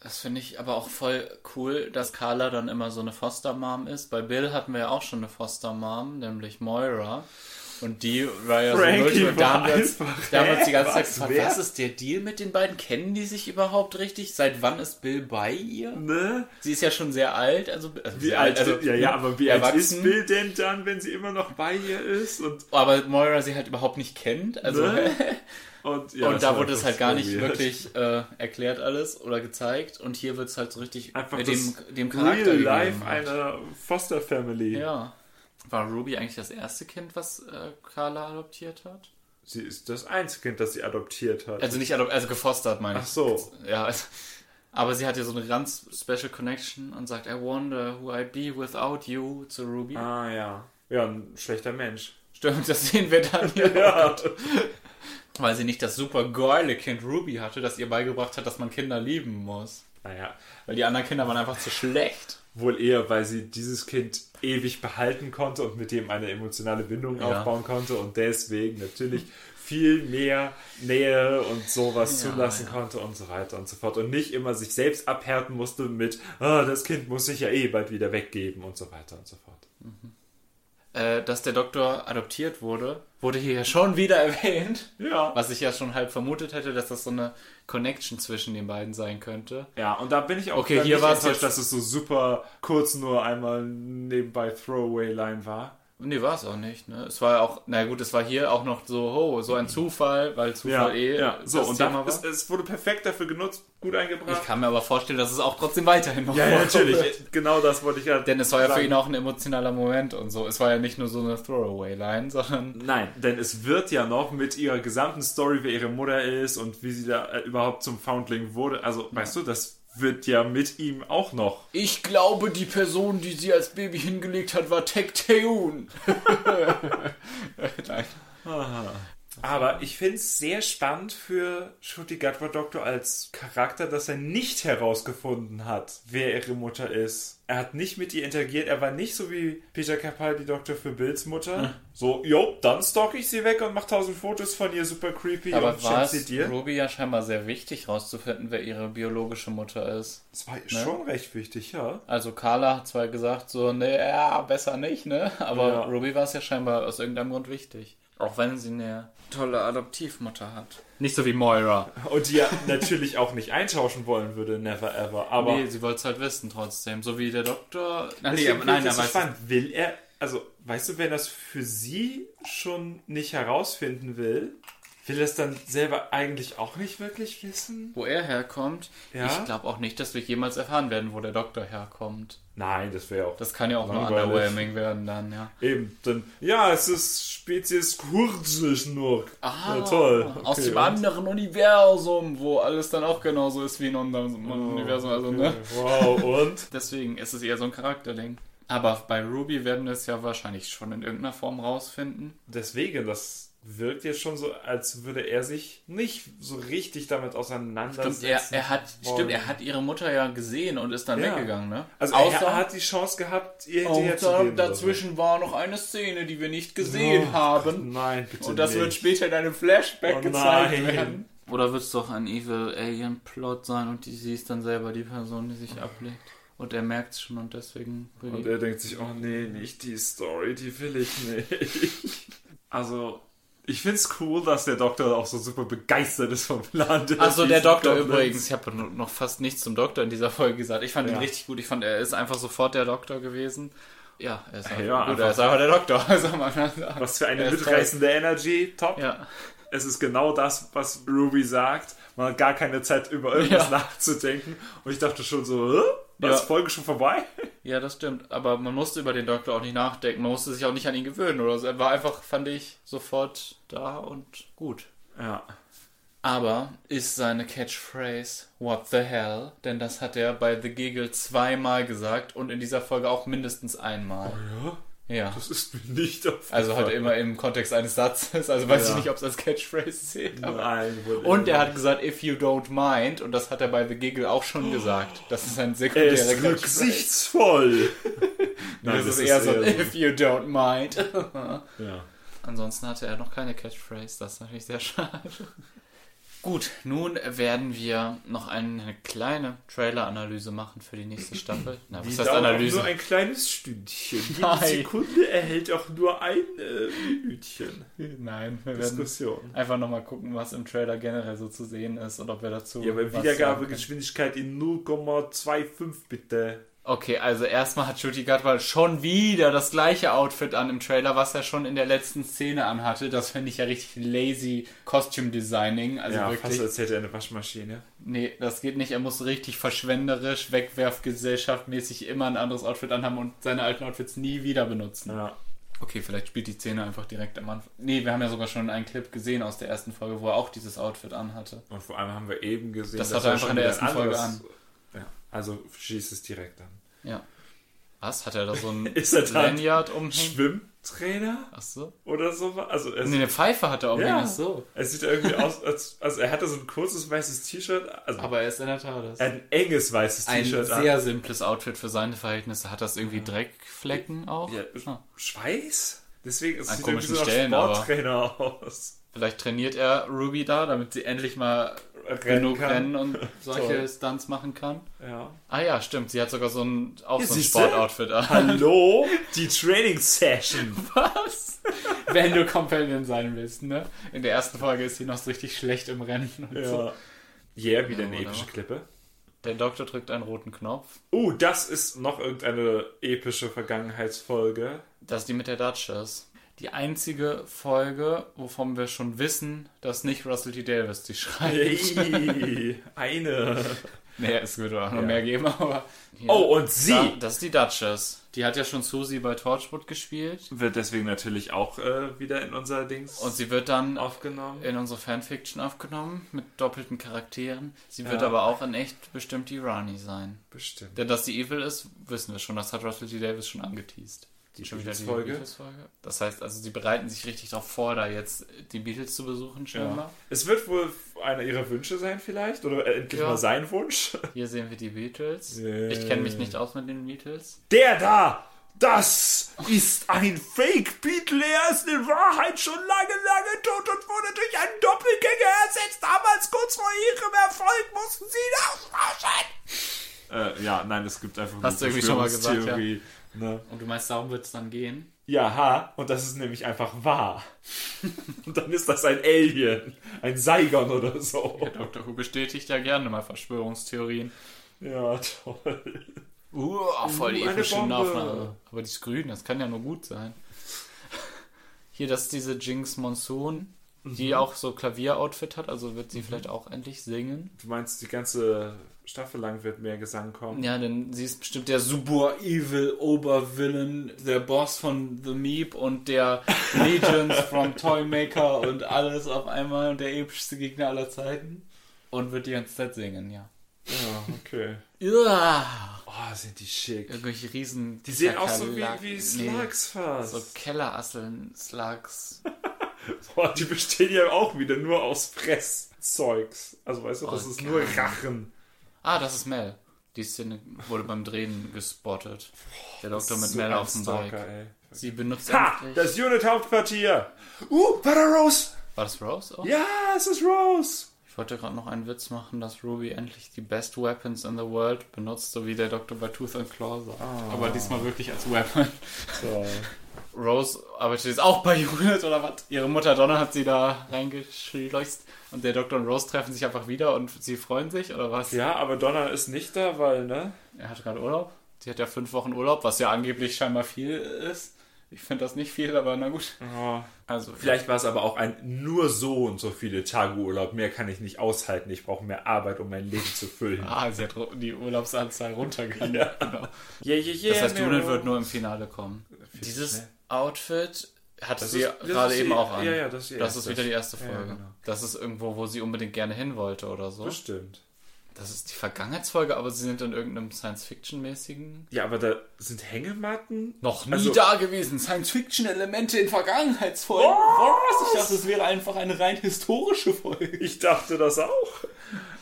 Speaker 2: Das finde ich aber auch voll cool, dass Carla dann immer so eine Foster-Mom ist. Bei Bill hatten wir ja auch schon eine Foster-Mom, nämlich Moira. Und die war ja
Speaker 1: Frankie
Speaker 2: so null. Da
Speaker 1: war
Speaker 2: haben wir uns-
Speaker 1: einfach-
Speaker 2: da haben wir uns die ganze
Speaker 1: Hä?
Speaker 2: Zeit
Speaker 1: Was?
Speaker 2: gefragt,
Speaker 1: Wer?
Speaker 2: was ist der Deal mit den beiden? Kennen die sich überhaupt richtig? Seit wann ist Bill bei ihr?
Speaker 1: Ne?
Speaker 2: Sie ist ja schon sehr alt. Also, also
Speaker 1: Wie
Speaker 2: sehr
Speaker 1: alt,
Speaker 2: also,
Speaker 1: ja, ja, aber wie alt ist
Speaker 2: erwachsen.
Speaker 1: Bill denn dann, wenn sie immer noch bei ihr ist? Und,
Speaker 2: Aber Moira sie halt überhaupt nicht kennt. Also,
Speaker 1: Ne?
Speaker 2: *laughs*
Speaker 1: und, ja,
Speaker 2: und
Speaker 1: das
Speaker 2: da
Speaker 1: war
Speaker 2: wurde es
Speaker 1: einfach
Speaker 2: halt gar
Speaker 1: so
Speaker 2: nicht
Speaker 1: weird.
Speaker 2: wirklich äh, erklärt alles oder gezeigt. Und hier wird es halt so richtig
Speaker 1: Einfach
Speaker 2: äh, dem,
Speaker 1: das
Speaker 2: dem Charakter
Speaker 1: Real
Speaker 2: gegeben.
Speaker 1: Life einer Foster Family.
Speaker 2: Ja. War Ruby eigentlich das erste Kind, was äh, Carla adoptiert hat?
Speaker 1: Sie ist das einzige Kind, das sie adoptiert hat.
Speaker 2: Also nicht adop also gefostert, meine ich.
Speaker 1: Ach so.
Speaker 2: Ja, also, aber sie hat ja so eine ganz special Connection und sagt, I wonder who I'd be without you zu Ruby.
Speaker 1: Ah ja. Ja, ein schlechter Mensch.
Speaker 2: Stimmt, das sehen wir
Speaker 1: *laughs*
Speaker 2: dann hier. Oh
Speaker 1: Ja.
Speaker 2: Weil sie nicht das super geile Kind Ruby hatte, das ihr beigebracht hat, dass man Kinder lieben muss.
Speaker 1: Naja,
Speaker 2: Weil die anderen Kinder waren einfach zu schlecht.
Speaker 1: wohl eher, weil sie dieses Kind ewig behalten konnte und mit dem eine emotionale Bindung aufbauen konnte und deswegen natürlich viel mehr Nähe und sowas zulassen konnte und so weiter und so fort und nicht immer sich selbst abhärten musste mit, ah, das Kind muss sich ja eh bald wieder weggeben und so weiter und so fort.
Speaker 2: Äh, dass der Doktor adoptiert wurde, wurde hier ja schon wieder erwähnt.
Speaker 1: Ja.
Speaker 2: Was ich ja schon halb vermutet hätte, dass das so eine Connection zwischen den beiden sein könnte.
Speaker 1: Ja, und da bin ich auch
Speaker 2: Okay,
Speaker 1: dann
Speaker 2: hier
Speaker 1: nicht
Speaker 2: war's
Speaker 1: enttäuscht,
Speaker 2: jetzt-
Speaker 1: dass es so super kurz nur einmal nebenbei Throwaway-Line war.
Speaker 2: Nee, war es auch nicht. Ne? Es war ja auch, na gut, es war hier auch noch so, oh, so ein Zufall, weil Zufall eh
Speaker 1: So,
Speaker 2: das
Speaker 1: und
Speaker 2: Thema
Speaker 1: dann, es, es wurde perfekt dafür genutzt, gut eingebracht.
Speaker 2: Ich kann mir aber vorstellen, dass es auch trotzdem weiterhin noch
Speaker 1: Ja, ja,
Speaker 2: vorkommt.
Speaker 1: natürlich. *laughs* Genau das wollte ich ja.
Speaker 2: Denn es war ja für ihn auch ein emotionaler Moment und so. Es war ja nicht nur so eine Throwaway-Line, sondern
Speaker 1: Nein, denn es wird ja noch mit ihrer gesamten Story, wer ihre Mutter ist und wie sie da äh, überhaupt zum Foundling wurde. Also, weißt du, das wird ja mit ihm auch noch.
Speaker 2: ich glaube, die Person, die sie als Baby hingelegt hat, war Tech Teun. *laughs* Nein.
Speaker 1: Aber ich finde es sehr spannend für Shruti Gatwa Doctor als Charakter, dass er nicht herausgefunden hat, wer ihre Mutter ist. Er hat nicht mit ihr interagiert. Er war nicht so wie Peter Capaldi Doktor für Bills Mutter.
Speaker 2: Hm.
Speaker 1: So, jo, dann stalk ich sie weg und mach tausend Fotos von ihr, super creepy
Speaker 2: Aber
Speaker 1: und
Speaker 2: war
Speaker 1: schenk sie
Speaker 2: es
Speaker 1: dir.
Speaker 2: Ruby ja scheinbar sehr wichtig, rauszufinden, wer ihre biologische Mutter ist.
Speaker 1: Das war
Speaker 2: Ne?
Speaker 1: schon recht wichtig, ja.
Speaker 2: Also Carla hat zwar gesagt, so, ne, ja, besser nicht, ne? Aber
Speaker 1: Ja.
Speaker 2: Ruby war es ja scheinbar aus irgendeinem Grund wichtig. Auch wenn sie eine tolle Adoptivmutter hat. Nicht so wie Moira.
Speaker 1: Und die ja *laughs* natürlich auch nicht eintauschen wollen würde, never ever. Aber
Speaker 2: nee, sie wollte es halt wissen trotzdem. So wie der Doktor. Nein,
Speaker 1: deswegen finde ich das so
Speaker 2: weiß es-
Speaker 1: spannend. Will er, also, weißt du, wenn das für sie schon nicht herausfinden will, will er es dann selber eigentlich auch nicht wirklich wissen?
Speaker 2: wo er herkommt.
Speaker 1: Ja?
Speaker 2: Ich glaube auch nicht, dass wir jemals erfahren werden, wo der Doktor herkommt.
Speaker 1: Nein, das wäre auch.
Speaker 2: Das kann ja auch nur
Speaker 1: Langweilig.
Speaker 2: underwhelming werden dann, ja.
Speaker 1: eben, dann, ja, es ist Spezies Kurzelschnurk. Ah, ja, toll. Okay,
Speaker 2: Aus dem
Speaker 1: und-
Speaker 2: anderen Universum, wo alles dann auch genauso ist wie in unserem
Speaker 1: Oh,
Speaker 2: Universum, also ne?
Speaker 1: Wow, und?
Speaker 2: Deswegen ist es eher so ein Charakterding. Aber bei Ruby werden wir es ja wahrscheinlich schon in irgendeiner Form rausfinden.
Speaker 1: Deswegen, das wirkt jetzt schon so, als würde er sich nicht so richtig damit auseinandersetzen.
Speaker 2: Stimmt, er, er hat,
Speaker 1: wollen.
Speaker 2: stimmt, er hat ihre Mutter ja gesehen und ist dann
Speaker 1: Ja.
Speaker 2: weggegangen, ne?
Speaker 1: Also er hat die Chance gehabt, ihr hinterher zu
Speaker 2: außer
Speaker 1: gehen.
Speaker 2: dazwischen war noch eine Szene, die wir nicht gesehen
Speaker 1: Oder so.
Speaker 2: haben.
Speaker 1: Oh, Nein, bitte
Speaker 2: Und das
Speaker 1: nicht.
Speaker 2: wird später in einem Flashback
Speaker 1: Oh
Speaker 2: gezeigt
Speaker 1: nein.
Speaker 2: werden. Oder wird es doch ein Evil Alien Plot sein und die, sie ist dann selber die Person, die sich ablegt. Und er merkt es schon und deswegen.
Speaker 1: Und er denkt sich, oh nee, nicht die Story, die will ich
Speaker 2: *laughs*
Speaker 1: nicht. Also, ich find's cool, dass der Doktor auch so super begeistert ist vom Plan. der
Speaker 2: Achso, der
Speaker 1: diesen
Speaker 2: Doktor
Speaker 1: Goblins.
Speaker 2: übrigens. Ich habe noch fast nichts zum Doktor in dieser Folge gesagt. Ich fand ihn
Speaker 1: Ja.
Speaker 2: richtig gut. Ich fand, er ist einfach sofort der Doktor gewesen. Ja, er ist einfach,
Speaker 1: Ja,
Speaker 2: gut.
Speaker 1: einfach-
Speaker 2: Er ist einfach der Doktor. *laughs* Soll man mal sagen.
Speaker 1: Was für eine
Speaker 2: Er ist
Speaker 1: mitreißende Energy, top.
Speaker 2: toll. Ja.
Speaker 1: Es ist genau das, was Ruby sagt. Man hat gar keine Zeit, über irgendwas
Speaker 2: Ja.
Speaker 1: nachzudenken. Und ich dachte schon so, hä? War
Speaker 2: Ja.
Speaker 1: die Folge schon vorbei?
Speaker 2: ja, das stimmt. Aber man musste über den Doktor auch nicht nachdenken. Man musste sich auch nicht an ihn gewöhnen oder so. Er war einfach, fand ich, sofort da und gut.
Speaker 1: Ja.
Speaker 2: Aber ist seine Catchphrase What the hell? Denn das hat er bei The Giggle zweimal gesagt und in dieser Folge auch mindestens einmal.
Speaker 1: ja.
Speaker 2: Ja.
Speaker 1: Das ist mir nicht auf.
Speaker 2: Also halt immer im Kontext eines Satzes. Also weiß ich
Speaker 1: Ja.
Speaker 2: nicht, ob es als Catchphrase zählt. Aber.
Speaker 1: Nein, wohl
Speaker 2: Und
Speaker 1: eher.
Speaker 2: er hat gesagt, if you don't mind, und das hat er bei The Giggle auch schon gesagt. Das ist ein
Speaker 1: Er
Speaker 2: sekundärer
Speaker 1: ist
Speaker 2: Catchphrase.
Speaker 1: rücksichtsvoll. Äh, *laughs* Nein,
Speaker 2: Das, ist eher so, ein if you don't mind.
Speaker 1: ja.
Speaker 2: Ansonsten hatte er noch keine Catchphrase, das ist natürlich sehr *laughs* schade. Gut, nun werden wir noch eine kleine Trailer-Analyse machen für die nächste Staffel. Na, was
Speaker 1: Die
Speaker 2: heißt
Speaker 1: dauert auch
Speaker 2: Analyse?
Speaker 1: nur ein kleines Stündchen. Jede
Speaker 2: Nein.
Speaker 1: Sekunde erhält auch nur ein äh, Minütchen
Speaker 2: Nein, wir werden
Speaker 1: Diskussion.
Speaker 2: einfach nochmal gucken, was im Trailer generell so zu sehen ist und ob wir dazu.
Speaker 1: Ja, aber
Speaker 2: was sagen
Speaker 1: Wiedergabegeschwindigkeit in 0,25 bitte.
Speaker 2: können. Okay, also erstmal hat Judy Gutwald schon wieder das gleiche Outfit an im Trailer, was er schon in der letzten Szene anhatte. Das finde ich ja richtig lazy Costume Designing. Also
Speaker 1: ja,
Speaker 2: wirklich.
Speaker 1: fast als hätte er eine Waschmaschine.
Speaker 2: Nee, das geht nicht. Er muss richtig verschwenderisch, wegwerfgesellschaftmäßig immer ein anderes Outfit anhaben und seine alten Outfits nie wieder benutzen.
Speaker 1: Ja.
Speaker 2: Okay, vielleicht spielt die Szene einfach direkt am Anfang. Nee, wir haben ja sogar schon einen Clip gesehen aus der ersten Folge, wo er auch dieses Outfit anhatte.
Speaker 1: Und vor allem haben wir eben gesehen,
Speaker 2: Das hat er einfach
Speaker 1: schon
Speaker 2: in der
Speaker 1: wieder ein
Speaker 2: ersten Folge
Speaker 1: anderes- Ja, also schießt es direkt an.
Speaker 2: Ja. Was? Hat er da so *laughs* ein
Speaker 1: Ist er da-
Speaker 2: Lanyard umhängen?
Speaker 1: Schwimmtrainer
Speaker 2: Ach so.
Speaker 1: oder sowas. Also es,
Speaker 2: Nee, eine Pfeife hat er umhängen. Ach so.
Speaker 1: es sieht irgendwie aus, als also er hatte so ein kurzes weißes T-Shirt, also
Speaker 2: Aber er ist in der Tat das.
Speaker 1: ein enges weißes
Speaker 2: Ein
Speaker 1: T-Shirt an.
Speaker 2: sehr simples Outfit für seine Verhältnisse. Hat das irgendwie Dreckflecken auch?
Speaker 1: Ja,
Speaker 2: Ah.
Speaker 1: Schweiß? Deswegen es
Speaker 2: An
Speaker 1: sieht irgendwie
Speaker 2: komischen
Speaker 1: so nach
Speaker 2: Stellen, aber-
Speaker 1: Sporttrainer aus.
Speaker 2: Vielleicht trainiert er Ruby da, damit sie endlich mal *laughs* genug rennen und solche
Speaker 1: Toll.
Speaker 2: Stunts machen kann.
Speaker 1: Ja.
Speaker 2: Ah ja, stimmt. Sie hat sogar so ein, auch so ein
Speaker 1: siehste?
Speaker 2: Sportoutfit
Speaker 1: *laughs*
Speaker 2: an.
Speaker 1: Hallo? Die Training Session.
Speaker 2: *laughs* Was? Wenn du Companion sein willst, ne? In der ersten Folge ist sie noch so richtig schlecht im Rennen und so.
Speaker 1: Ja. Yeah, wieder eine
Speaker 2: Ja, oder?
Speaker 1: epische Klippe.
Speaker 2: Der Doktor drückt einen roten Knopf.
Speaker 1: Uh, das ist noch irgendeine epische Vergangenheitsfolge.
Speaker 2: Das ist die mit der Duchess. Die einzige Folge, wovon wir schon wissen, dass nicht Russell T. Davis die schreibt.
Speaker 1: Hey, *laughs* eine.
Speaker 2: *laughs* Naja, es würde auch noch
Speaker 1: Ja.
Speaker 2: mehr geben, aber. Ja.
Speaker 1: Oh, und sie
Speaker 2: Da, das ist die Duchess. Die hat ja schon Susie bei Torchwood gespielt.
Speaker 1: wird deswegen natürlich auch äh, wieder in unser Dings
Speaker 2: Und sie wird dann
Speaker 1: aufgenommen.
Speaker 2: in unsere Fanfiction aufgenommen mit doppelten Charakteren. Sie wird
Speaker 1: Ja.
Speaker 2: aber auch in echt bestimmt die Rani sein.
Speaker 1: Bestimmt.
Speaker 2: Denn dass sie evil ist, wissen wir schon. Das hat Russell T. Davis schon angeteased.
Speaker 1: Die
Speaker 2: schon wieder die
Speaker 1: Beatles-Folge.
Speaker 2: Beatles-Folge. Das heißt, also sie bereiten sich richtig darauf vor, da jetzt die Beatles zu besuchen scheinbar.
Speaker 1: Ja. Es wird wohl einer ihrer Wünsche sein vielleicht oder äh, endlich
Speaker 2: Ja.
Speaker 1: mal sein Wunsch.
Speaker 2: Hier sehen wir die Beatles.
Speaker 1: Yeah.
Speaker 2: Ich kenne mich nicht aus mit den Beatles.
Speaker 1: Der da, das ist ein Fake Beatle. Er ist in Wahrheit schon lange, lange tot und wurde durch einen Doppelgänger ersetzt. Damals kurz vor ihrem Erfolg mussten sie ihn austauschen. Äh, ja, nein, es gibt einfach
Speaker 2: Hast
Speaker 1: eine
Speaker 2: du irgendwie schon mal gesagt,
Speaker 1: Verschwörungstheorie, Ne?
Speaker 2: Und du meinst, darum wird es dann gehen?
Speaker 1: Ja, ha, und das ist nämlich einfach
Speaker 2: *laughs*
Speaker 1: wahr. und dann ist das ein Alien, ein Saigon oder so.
Speaker 2: Dr. Who bestätigt ja gerne mal Verschwörungstheorien.
Speaker 1: Ja, toll.
Speaker 2: Uh, voll die
Speaker 1: Uh, eine
Speaker 2: epische
Speaker 1: Bombe.
Speaker 2: Aufnahme. Aber die ist grün, das kann ja nur gut sein. Hier, das ist diese Jinx Monsoon,
Speaker 1: Mhm.
Speaker 2: die auch so Klavieroutfit hat, also wird sie vielleicht auch endlich singen.
Speaker 1: Du meinst, die ganze Staffel lang wird mehr Gesang kommen?
Speaker 2: Ja, denn sie ist bestimmt der super evil Obervillain, der Boss von The Meep und der
Speaker 1: *laughs*
Speaker 2: Legions from Toymaker und alles auf einmal und der epischste Gegner aller Zeiten. Und wird die ganze Zeit singen, ja.
Speaker 1: Ja, okay.
Speaker 2: Uah,
Speaker 1: Oh, sind die schick.
Speaker 2: irgendwelche riesen
Speaker 1: Die sehen auch so wie,
Speaker 2: Kakerlaken.
Speaker 1: wie
Speaker 2: Nee.
Speaker 1: Slugs fast.
Speaker 2: So Kellerasseln, Slugs.
Speaker 1: Boah, die bestehen ja auch wieder nur aus Fresszeugs. Also weißt du, das
Speaker 2: Oh,
Speaker 1: ist
Speaker 2: geil.
Speaker 1: nur Rachen.
Speaker 2: Ah, das ist Mel. Die Szene wurde beim Drehen gespottet. Der Doktor mit
Speaker 1: So
Speaker 2: Mel
Speaker 1: ein
Speaker 2: auf dem
Speaker 1: Stalker,
Speaker 2: Bike.
Speaker 1: ey.
Speaker 2: Sie benutzt
Speaker 1: Ha!
Speaker 2: endlich-
Speaker 1: Das Unit-Hauptquartier! Uh, Butter Rose!
Speaker 2: War das Rose auch?
Speaker 1: Ja, es ist Rose!
Speaker 2: Ich wollte gerade noch einen Witz machen, dass Ruby endlich die best weapons in the world benutzt, so wie der Doktor bei Tooth and Claw sagt. Aber diesmal wirklich als Weapon.
Speaker 1: So.
Speaker 2: Rose arbeitet jetzt auch bei Unit oder was? Ihre Mutter Donna hat sie da reingeschleust und der Doktor und Rose treffen sich einfach wieder und sie freuen sich oder was?
Speaker 1: Ja, aber Donna ist nicht da, weil, ne?
Speaker 2: Er hat gerade Urlaub. Sie hat ja fünf Wochen Urlaub, was ja angeblich scheinbar viel ist. Ich finde das nicht viel, aber na gut. Also
Speaker 1: Vielleicht war es aber auch ein nur so und so viele Tage Urlaub. Mehr kann ich nicht aushalten. Ich brauche mehr Arbeit, um mein Leben zu füllen.
Speaker 2: Ah, sie hat ru- die Urlaubsanzahl runtergegangen.
Speaker 1: Ja.
Speaker 2: Genau.
Speaker 1: Yeah, yeah, yeah,
Speaker 2: Das heißt,
Speaker 1: Mero.
Speaker 2: Judith wird nur im Finale kommen. Dieses
Speaker 1: schnell.
Speaker 2: Outfit hatte
Speaker 1: Das
Speaker 2: sie
Speaker 1: ist- das
Speaker 2: gerade
Speaker 1: ist
Speaker 2: eben
Speaker 1: die-
Speaker 2: auch an.
Speaker 1: ja, ja, das ist die
Speaker 2: das ist
Speaker 1: erste.
Speaker 2: wieder die erste
Speaker 1: Ja,
Speaker 2: Folge.
Speaker 1: genau.
Speaker 2: Das ist irgendwo, wo sie unbedingt gerne hin wollte oder so.
Speaker 1: Bestimmt.
Speaker 2: Das ist die Vergangenheitsfolge, aber sie sind in irgendeinem Science-Fiction-mäßigen.
Speaker 1: Ja, aber da sind Hängematten.
Speaker 2: Noch nie
Speaker 1: Also-
Speaker 2: da gewesen. Science-Fiction-Elemente in Vergangenheitsfolgen.
Speaker 1: Oh! Was?
Speaker 2: Ich dachte, es wäre einfach eine rein historische Folge.
Speaker 1: Ich dachte das auch.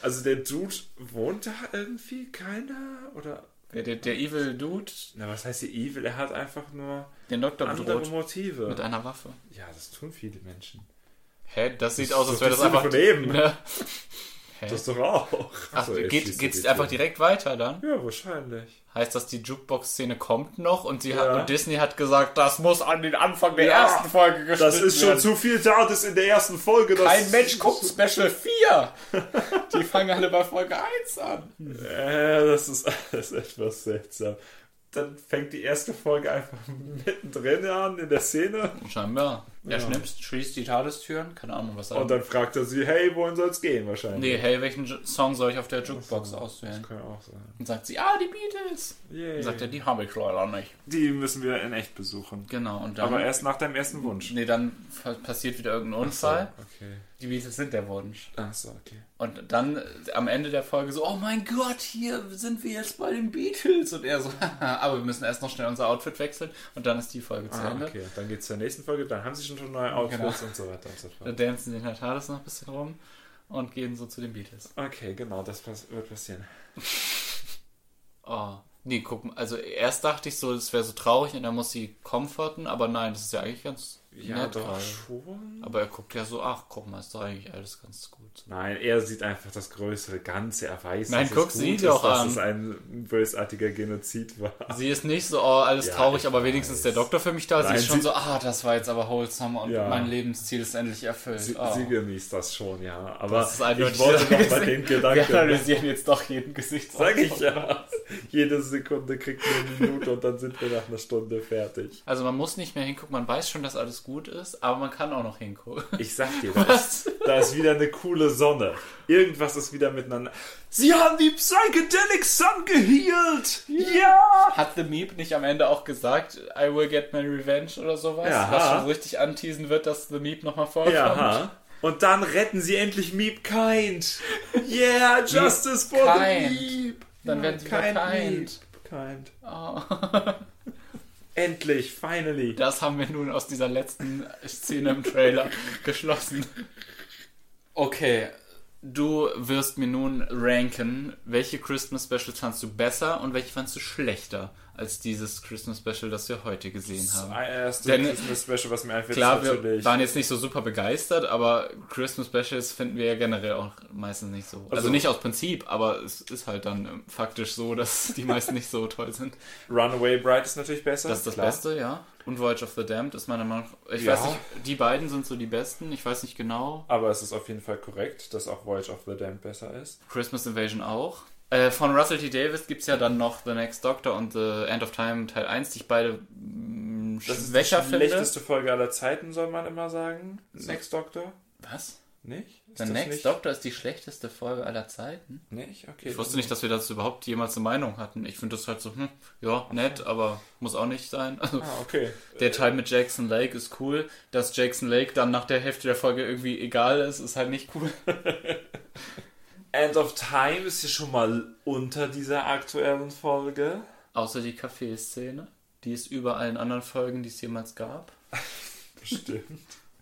Speaker 1: Also der Dude wohnt da irgendwie keiner oder
Speaker 2: Der, der, der Evil Dude,
Speaker 1: na was heißt hier evil? Er hat einfach nur
Speaker 2: den Doktor
Speaker 1: andere
Speaker 2: bedroht
Speaker 1: Motive.
Speaker 2: mit einer Waffe.
Speaker 1: ja, das tun viele Menschen.
Speaker 2: Hä? Das sieht
Speaker 1: Das
Speaker 2: aus,
Speaker 1: ist
Speaker 2: als
Speaker 1: doch
Speaker 2: wäre das
Speaker 1: die Szene
Speaker 2: einfach.
Speaker 1: von eben.
Speaker 2: *laughs* Ne? Hä?
Speaker 1: Das doch auch.
Speaker 2: Ach,
Speaker 1: So, jetzt
Speaker 2: geht,
Speaker 1: schließt
Speaker 2: geht's
Speaker 1: die
Speaker 2: einfach
Speaker 1: Tür.
Speaker 2: direkt weiter dann?
Speaker 1: Ja, wahrscheinlich.
Speaker 2: Heißt das, die Jukebox-Szene kommt noch und, sie hat,
Speaker 1: Ja.
Speaker 2: und Disney hat gesagt, das muss an den Anfang der
Speaker 1: Ja,
Speaker 2: ersten Folge geschnitten
Speaker 1: Das ist schon
Speaker 2: werden.
Speaker 1: zu viel Dartes in der ersten Folge. Das
Speaker 2: Kein Mensch guckt Special 4. *laughs* Die fangen alle bei Folge 1 an.
Speaker 1: Äh, das ist alles etwas seltsam. Dann fängt die erste Folge einfach mittendrin an in der Szene.
Speaker 2: Scheinbar. Er schnippst, schließt die Tagestüren, keine Ahnung, was er.
Speaker 1: Und dann fragt er sie, hey, wohin soll's gehen wahrscheinlich.
Speaker 2: Nee, hey, welchen Ju- Song soll ich auf der Jukebox auswählen?
Speaker 1: Das kann ja auch sein.
Speaker 2: Und sagt sie, ah, die Beatles.
Speaker 1: Yay.
Speaker 2: Dann sagt er, die habe ich leider nicht.
Speaker 1: die müssen wir in echt besuchen.
Speaker 2: Genau, und dann.
Speaker 1: Aber erst nach deinem ersten Wunsch.
Speaker 2: Nee, dann fa- passiert wieder irgendein Unfall.
Speaker 1: Okay.
Speaker 2: Die Beatles sind der Wunsch.
Speaker 1: Achso, okay.
Speaker 2: Und dann äh, am Ende der Folge so, oh mein Gott, hier sind wir jetzt bei den Beatles. Und er so, *laughs* haha, aber wir müssen erst noch schnell unser Outfit wechseln. Und dann ist die Folge zu
Speaker 1: Ah,
Speaker 2: Ende. Genau.
Speaker 1: okay. Dann geht's zur nächsten Folge, dann haben sie schon schon neue Outfits und so weiter und so
Speaker 2: Dann
Speaker 1: fort.
Speaker 2: dancen sie in der Tales noch ein bisschen rum und gehen so zu den Beatles.
Speaker 1: Okay, genau, das pass wird passieren.
Speaker 2: Oh. Nee, gucken. Also erst dachte ich so, das wäre so traurig und er muss sie comforten, aber nein, das ist ja eigentlich ganz
Speaker 1: Ja,
Speaker 2: nett
Speaker 1: doch
Speaker 2: gerade.
Speaker 1: schon.
Speaker 2: Aber er guckt ja so, ach guck mal, ist doch eigentlich alles ganz gut.
Speaker 1: Nein, er sieht einfach das größere Ganze. Er weiß,
Speaker 2: Nein,
Speaker 1: es
Speaker 2: guck,
Speaker 1: gut
Speaker 2: sie
Speaker 1: ist,
Speaker 2: doch
Speaker 1: dass
Speaker 2: an.
Speaker 1: es ein bösartiger Genozid
Speaker 2: *laughs*
Speaker 1: war.
Speaker 2: Sie ist nicht so, oh, alles
Speaker 1: Ja,
Speaker 2: traurig,
Speaker 1: ich
Speaker 2: aber wenigstens
Speaker 1: weiß.
Speaker 2: der Doktor für mich da.
Speaker 1: Nein,
Speaker 2: sie ist schon
Speaker 1: sie-
Speaker 2: so, ah, das war jetzt aber wholesome und
Speaker 1: Ja.
Speaker 2: mein Lebensziel ist endlich erfüllt.
Speaker 1: Sie,
Speaker 2: oh.
Speaker 1: sie genießt das schon, ja. Aber
Speaker 2: Das ist
Speaker 1: ich
Speaker 2: eindeutig *laughs*
Speaker 1: wollte
Speaker 2: dieser
Speaker 1: noch mal den
Speaker 2: Wir
Speaker 1: Gedanken.
Speaker 2: analysieren jetzt doch jeden Gesichtsausdruck.
Speaker 1: Sag ich ja. Jede Sekunde kriegt eine Minute und dann sind wir nach einer Stunde fertig.
Speaker 2: Also man muss nicht mehr hingucken, man weiß schon, dass alles gut ist, aber man kann auch noch hingucken.
Speaker 1: Ich sag dir, da ist, da ist wieder eine coole Sonne. Irgendwas ist wieder miteinander. Sie haben die Psychedelic Sun gehealt! Ja!
Speaker 2: *laughs* Hat The Meep nicht am Ende auch gesagt, I will get my revenge oder sowas?
Speaker 1: Ja.
Speaker 2: Was schon so richtig anteasen wird, dass The Meep nochmal vorkommt.
Speaker 1: Ja! Und dann retten sie endlich Meep Kind! Yeah! Justice for
Speaker 2: Kind.
Speaker 1: the Meep!
Speaker 2: Dann werden sie wieder kind.
Speaker 1: Meep Kind.
Speaker 2: Oh. *laughs*
Speaker 1: Endlich, finally.
Speaker 2: Das haben wir nun aus dieser letzten Szene im *laughs* Trailer geschlossen. Okay, du wirst mir nun ranken, welche Christmas Specials fandst du besser und welche fandst du schlechter als dieses Christmas Special, das wir heute gesehen
Speaker 1: Das
Speaker 2: haben.
Speaker 1: erste
Speaker 2: Denn-
Speaker 1: Christmas Special, was mir einfällt,
Speaker 2: Klar,
Speaker 1: ist natürlich.
Speaker 2: wir waren jetzt nicht so super begeistert, aber Christmas Specials finden wir ja generell auch meistens nicht so. Also,
Speaker 1: Also-
Speaker 2: nicht aus Prinzip, aber es ist halt dann ähm, faktisch so, dass die meisten nicht so toll sind.
Speaker 1: Runaway Bride ist natürlich besser.
Speaker 2: Das ist das
Speaker 1: klar.
Speaker 2: Beste, ja. Und Voyage of the Damned ist meiner Meinung nach. Ich
Speaker 1: Ja.
Speaker 2: weiß nicht, die beiden sind so die besten. Ich weiß nicht genau.
Speaker 1: Aber es ist auf jeden Fall korrekt, dass auch Voyage of the Damned besser ist.
Speaker 2: Christmas Invasion auch. Äh, von Russell T. Davis gibt es ja dann noch The Next Doctor und The End of Time Teil 1, die ich beide mh,
Speaker 1: Das ist
Speaker 2: schwächer
Speaker 1: die
Speaker 2: finde.
Speaker 1: schlechteste Folge aller Zeiten, soll man immer sagen. Next Doctor?
Speaker 2: Was?
Speaker 1: Nicht? Ist
Speaker 2: The
Speaker 1: das
Speaker 2: Next
Speaker 1: nicht?
Speaker 2: Doctor ist die schlechteste Folge aller Zeiten?
Speaker 1: Nicht? Okay.
Speaker 2: Ich wusste nicht, dass wir dazu überhaupt jemals eine Meinung hatten. Ich finde das halt so, hm, ja, nett, aber muss auch nicht sein. Also,
Speaker 1: Ah, okay.
Speaker 2: Der Teil mit Jackson Lake ist cool. Dass Jackson Lake dann nach der Hälfte der Folge irgendwie egal ist, ist halt nicht cool.
Speaker 1: End of Time ist ja schon mal unter dieser aktuellen Folge.
Speaker 2: Außer die Kaffeeszene. Die ist über allen anderen Folgen, die es jemals gab.
Speaker 1: Stimmt.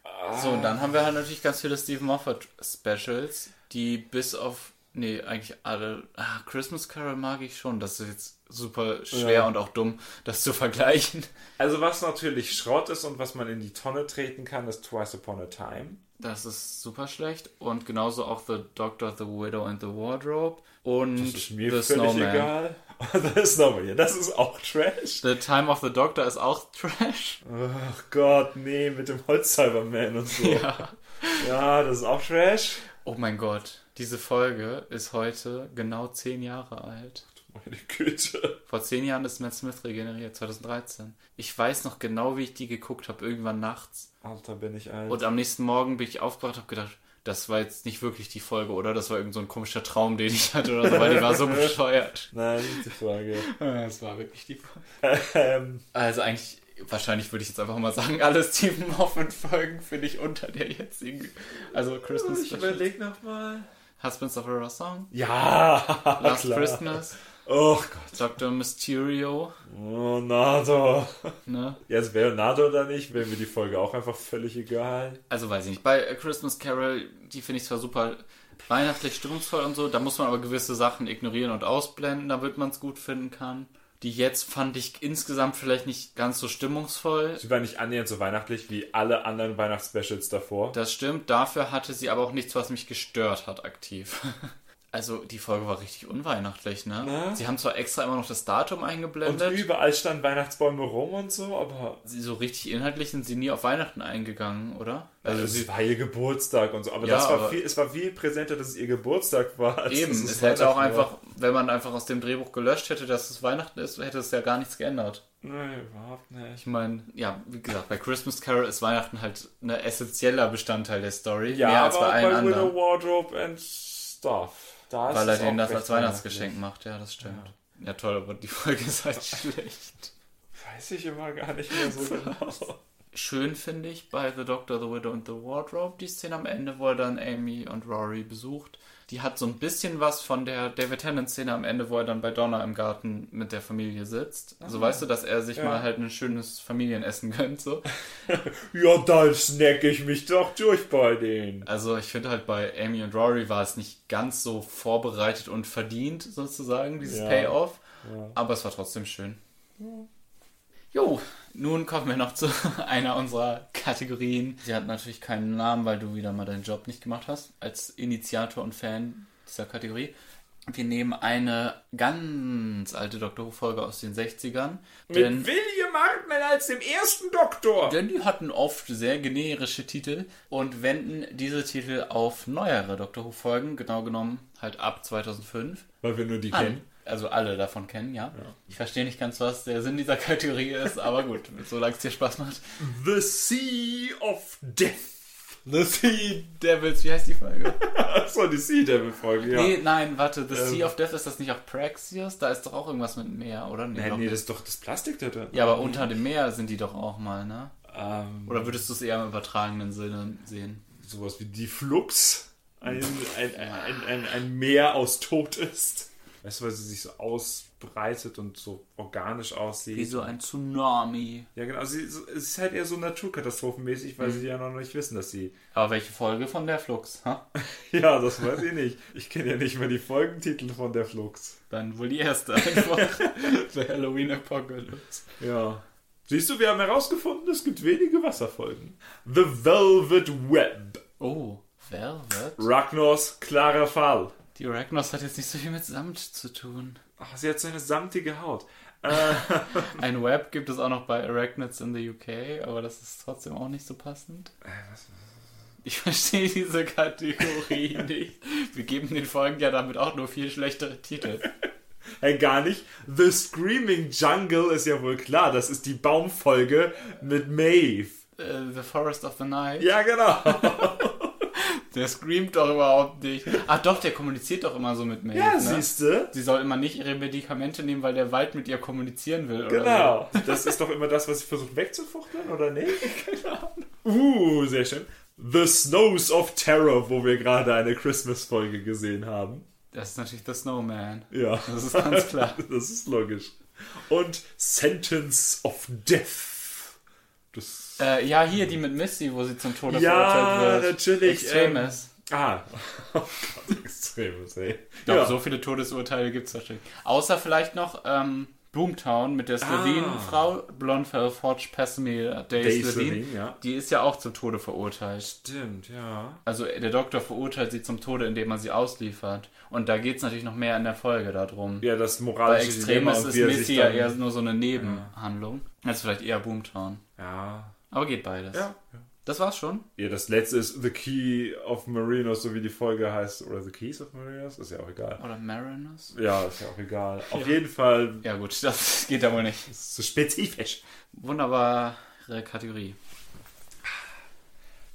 Speaker 1: Ah.
Speaker 2: So, und dann haben wir halt natürlich ganz viele Stephen Moffat Specials, die bis auf. Nee, eigentlich alle. Ah, Christmas Carol mag ich schon. Das ist jetzt super schwer
Speaker 1: Ja.
Speaker 2: und auch dumm, das zu vergleichen.
Speaker 1: Also was natürlich Schrott ist und was man in die Tonne treten kann, ist Twice Upon a Time.
Speaker 2: Das ist super schlecht. Und genauso auch The Doctor, The Widow and The Wardrobe. Und
Speaker 1: Das ist mir
Speaker 2: The
Speaker 1: völlig
Speaker 2: Snowman.
Speaker 1: egal. *laughs* The Snowman, ja, das ist auch Trash.
Speaker 2: The Time of the Doctor ist auch *laughs* Trash.
Speaker 1: Ach Gott, nee, mit dem Holz-Cyberman und
Speaker 2: *laughs*
Speaker 1: so. Ja. das ist auch Trash.
Speaker 2: Oh mein Gott, diese Folge ist heute genau zehn Jahre alt.
Speaker 1: Meine Güte.
Speaker 2: Vor zehn Jahren ist Matt Smith regeneriert, 2013. Ich weiß noch genau, wie ich die geguckt habe, irgendwann nachts.
Speaker 1: Alter, bin ich alt.
Speaker 2: Und am nächsten Morgen bin ich aufgewacht und habe gedacht, das war jetzt nicht wirklich die Folge, oder? Das war irgend so ein komischer Traum, den ich hatte oder so, weil die war *laughs* so bescheuert.
Speaker 1: Nein, nicht die Frage.
Speaker 2: *laughs* Das war wirklich die Folge.
Speaker 1: ähm,
Speaker 2: Also eigentlich, wahrscheinlich würde ich jetzt einfach mal sagen, alle Stephen Moffat-Folgen finde ich unter der jetzigen. Also Christmas
Speaker 1: ich
Speaker 2: Special.
Speaker 1: überleg nochmal.
Speaker 2: Husbands of a Rose Song,
Speaker 1: Ja, *laughs*
Speaker 2: Last
Speaker 1: klar.
Speaker 2: Christmas,
Speaker 1: Oh Gott.
Speaker 2: Dr. Mysterio,
Speaker 1: Oh, Nado.
Speaker 2: ne?
Speaker 1: Jetzt wäre Nado oder nicht, wäre mir die Folge auch einfach völlig egal.
Speaker 2: Also weiß ich nicht. Bei A Christmas Carol, die finde ich zwar super weihnachtlich stimmungsvoll und so, da muss man aber gewisse Sachen ignorieren und ausblenden, damit man es gut finden kann. Die jetzt fand ich insgesamt vielleicht nicht ganz so stimmungsvoll.
Speaker 1: Sie war nicht annähernd so weihnachtlich wie alle anderen Weihnachtsspecials davor.
Speaker 2: Das stimmt, dafür hatte sie aber auch nichts, was mich gestört hat aktiv. *laughs* Also die Folge war richtig unweihnachtlich, ne?
Speaker 1: Ne?
Speaker 2: Sie haben zwar extra immer noch das Datum
Speaker 1: Und
Speaker 2: eingeblendet.
Speaker 1: überall standen Weihnachtsbäume rum und so, aber
Speaker 2: Sie- so richtig inhaltlich sind sie nie auf Weihnachten eingegangen, oder?
Speaker 1: Also es war ihr Geburtstag und so, aber
Speaker 2: Ja,
Speaker 1: das war
Speaker 2: aber-
Speaker 1: viel, es war viel präsenter, dass es ihr Geburtstag war. als
Speaker 2: Eben,
Speaker 1: dass
Speaker 2: es hätte auch
Speaker 1: Weihnachten war.
Speaker 2: einfach, wenn man einfach aus dem Drehbuch gelöscht hätte, dass es Weihnachten ist, hätte es ja gar nichts geändert.
Speaker 1: Nee, überhaupt nicht.
Speaker 2: Ich meine, ja, wie gesagt, bei Christmas Carol ist Weihnachten halt ein essentieller Bestandteil der Story.
Speaker 1: Ja,
Speaker 2: mehr
Speaker 1: aber
Speaker 2: als bei
Speaker 1: auch
Speaker 2: allen
Speaker 1: bei Widow
Speaker 2: anderen.
Speaker 1: Wardrobe and Stuff. Da
Speaker 2: Weil er
Speaker 1: es
Speaker 2: denen
Speaker 1: auch
Speaker 2: das als
Speaker 1: recht
Speaker 2: Weihnachtsgeschenk macht, ja, das stimmt. Ja. toll, aber die Folge ist *laughs* halt schlecht.
Speaker 1: weihnachtlich. Weiß ich immer gar nicht mehr
Speaker 2: *laughs*
Speaker 1: so genau.
Speaker 2: Schön finde ich bei The Doctor, The Widow and The Wardrobe die Szene am Ende, wo er dann Amy und Rory besucht. Die hat so ein bisschen was von der David Tennant-Szene am Ende, wo er dann bei Donna im Garten mit der Familie sitzt. So weißt du, dass er sich
Speaker 1: Ja.
Speaker 2: mal halt ein schönes Familienessen *laughs* gönnt, so.
Speaker 1: Ja, dann snack ich mich doch durch bei denen.
Speaker 2: Also ich finde halt bei Amy und Rory war es nicht ganz so vorbereitet und verdient sozusagen, dieses
Speaker 1: Ja.
Speaker 2: Payoff.
Speaker 1: Ja.
Speaker 2: Aber es war trotzdem schön. Jo, nun kommen wir noch zu *laughs* einer unserer Kategorien. Sie hat natürlich keinen Namen, weil du wieder mal deinen Job nicht gemacht hast, als Initiator und Fan dieser Kategorie. Wir nehmen eine ganz alte Doctor Who-Folge aus den 60ern. Denn,
Speaker 1: Mit William Hartman als dem ersten Doktor.
Speaker 2: denn die hatten oft sehr generische Titel und wenden diese Titel auf neuere Doctor Who-Folgen, genau genommen halt ab 2005.
Speaker 1: Weil wir nur die
Speaker 2: an. Also alle davon kennen, ja. Ich verstehe nicht ganz, was der Sinn dieser Kategorie ist, aber gut, solange es dir Spaß macht.
Speaker 1: The Sea of Death.
Speaker 2: The Sea Devils, wie heißt die Folge?
Speaker 1: Achso, die Sea Devil Folge, ja.
Speaker 2: Nee, nein, warte, The
Speaker 1: Ähm.
Speaker 2: Sea of Death, ist das nicht auch Praxius? Da ist doch auch irgendwas mit Meer, oder? Nee,
Speaker 1: Hä,
Speaker 2: doch
Speaker 1: nee,
Speaker 2: nicht.
Speaker 1: das ist doch das Plastik da drin.
Speaker 2: Ja, aber unter dem Meer sind die doch auch mal, ne?
Speaker 1: Ähm,
Speaker 2: Oder würdest du es eher im übertragenen Sinne sehen?
Speaker 1: sowas wie die Flux. Ein,
Speaker 2: Hm.
Speaker 1: ein, ein, ein, ein Meer aus Tod ist. Weißt du, weil sie sich so ausbreitet und so organisch aussieht.
Speaker 2: Wie so ein Tsunami.
Speaker 1: Ja, genau. Sie, so- es ist halt eher so naturkatastrophenmäßig, weil
Speaker 2: Hm.
Speaker 1: sie ja noch nicht wissen, dass sie. *laughs*
Speaker 2: Aber welche Folge von der Flux? Ha?
Speaker 1: Ja, das weiß ich nicht. Ich kenne ja nicht mal die Folgentitel von der Flux.
Speaker 2: Dann wohl die
Speaker 1: *laughs*
Speaker 2: erste einfach. The Halloween Apocalypse.
Speaker 1: Ja. Siehst du, wir haben herausgefolgt, es gibt wenige Wasserfolgen. The Velvet Web.
Speaker 2: Oh, Velvet?
Speaker 1: Ragnars klarer Fall.
Speaker 2: Die Arachnos hat jetzt nicht so viel mit Samt zu tun.
Speaker 1: Ach, Ah, sie hat so eine samtige Haut. Äh,
Speaker 2: Ein Web gibt es auch noch bei Arachnids in the UK, aber das ist trotzdem auch nicht so passend.
Speaker 1: Äh,
Speaker 2: Ich verstehe diese Kategorie *laughs* nicht. Wir geben den Folgen ja damit auch nur viel schlechtere Titel.
Speaker 1: hey, gar nicht. The Screaming Jungle ist ja wohl klar. Das ist die Baumfolge mit Maeve.
Speaker 2: Äh, the Forest of the Night.
Speaker 1: Ja, genau.
Speaker 2: *laughs* Der screamt doch überhaupt nicht. Ach doch, der kommuniziert doch immer so mit Maeve.
Speaker 1: Ja,
Speaker 2: ne?
Speaker 1: siehste.
Speaker 2: Sie soll immer nicht ihre Medikamente nehmen, weil der Wald mit ihr kommunizieren will. Oder
Speaker 1: Genau.
Speaker 2: *laughs*
Speaker 1: Das ist doch immer das, was sie versucht wegzufuchteln, oder nicht? Keine Ahnung. Uh, sehr schön. The Snows of Terror, wo wir gerade eine Christmas-Folge gesehen haben.
Speaker 2: so. Das ist natürlich The Snowman.
Speaker 1: Ja.
Speaker 2: Das ist ganz klar.
Speaker 1: *laughs* Das ist logisch. Und Sentence of Death. Das.
Speaker 2: Äh, ja, hier die mit Missy, wo sie zum Tode
Speaker 1: ja,
Speaker 2: verurteilt wird.
Speaker 1: natürlich.
Speaker 2: Extremes.
Speaker 1: Ähm, ah. *laughs* Oh Gott, *laughs* extremes, ey.
Speaker 2: Ich glaube,
Speaker 1: Ja.
Speaker 2: so viele Todesurteile gibt es wahrscheinlich. Außer vielleicht noch ähm, Boomtown
Speaker 1: Ah.
Speaker 2: mit der Slovenen-Frau Blondfell Forge Pessimil Day
Speaker 1: Day
Speaker 2: Slovene.
Speaker 1: Slovene, ja.
Speaker 2: Die ist ja auch zum Tode verurteilt.
Speaker 1: Stimmt, ja.
Speaker 2: Also äh, der Doktor verurteilt sie zum Tode, indem er sie ausliefert. Und da geht es natürlich noch mehr in der Folge darum.
Speaker 1: Ja, also das
Speaker 2: Bei
Speaker 1: moralische
Speaker 2: Extremis ist
Speaker 1: wie er
Speaker 2: Missy
Speaker 1: sich
Speaker 2: ja
Speaker 1: dann-
Speaker 2: eher nur so eine Nebenhandlung. Als vielleicht eher Boomtown.
Speaker 1: Ja.
Speaker 2: Aber geht beides.
Speaker 1: Ja.
Speaker 2: Das war's schon.
Speaker 1: Ja, das letzte ist The Key of Marinos, so wie die Folge heißt. Oder The Keys of Marinos? Ist ja auch egal.
Speaker 2: Oder Mariners?
Speaker 1: Ja, ist ja auch egal. Auf jeden Fall
Speaker 2: Ja gut, *laughs* das geht ja wohl nicht.
Speaker 1: ist es so spezifisch.
Speaker 2: Wunderbare Kategorie.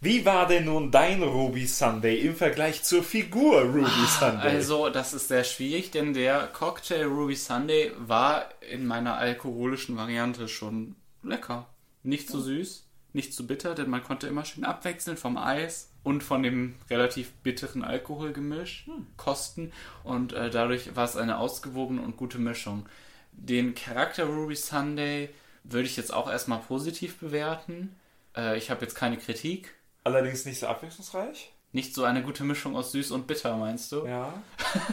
Speaker 1: Wie war denn nun dein Ruby Sunday im Vergleich zur Figur Ruby Sunday?
Speaker 2: Also, das ist sehr schwierig, denn der Cocktail Ruby Sunday war in meiner alkoholischen Variante schon lecker. Nicht zu süß, nicht zu bitter, denn man konnte immer schön abwechseln vom Eis und von dem relativ bitteren Alkoholgemisch kosten. Und äh, dadurch war es eine ausgewogene und gute Mischung. Den Charakter Ruby Sunday würde ich jetzt auch erstmal positiv bewerten. Äh, ich habe jetzt keine Kritik.
Speaker 1: Allerdings nicht so abwechslungsreich.
Speaker 2: Nicht so eine gute Mischung aus süß und bitter, meinst du?
Speaker 1: Ja.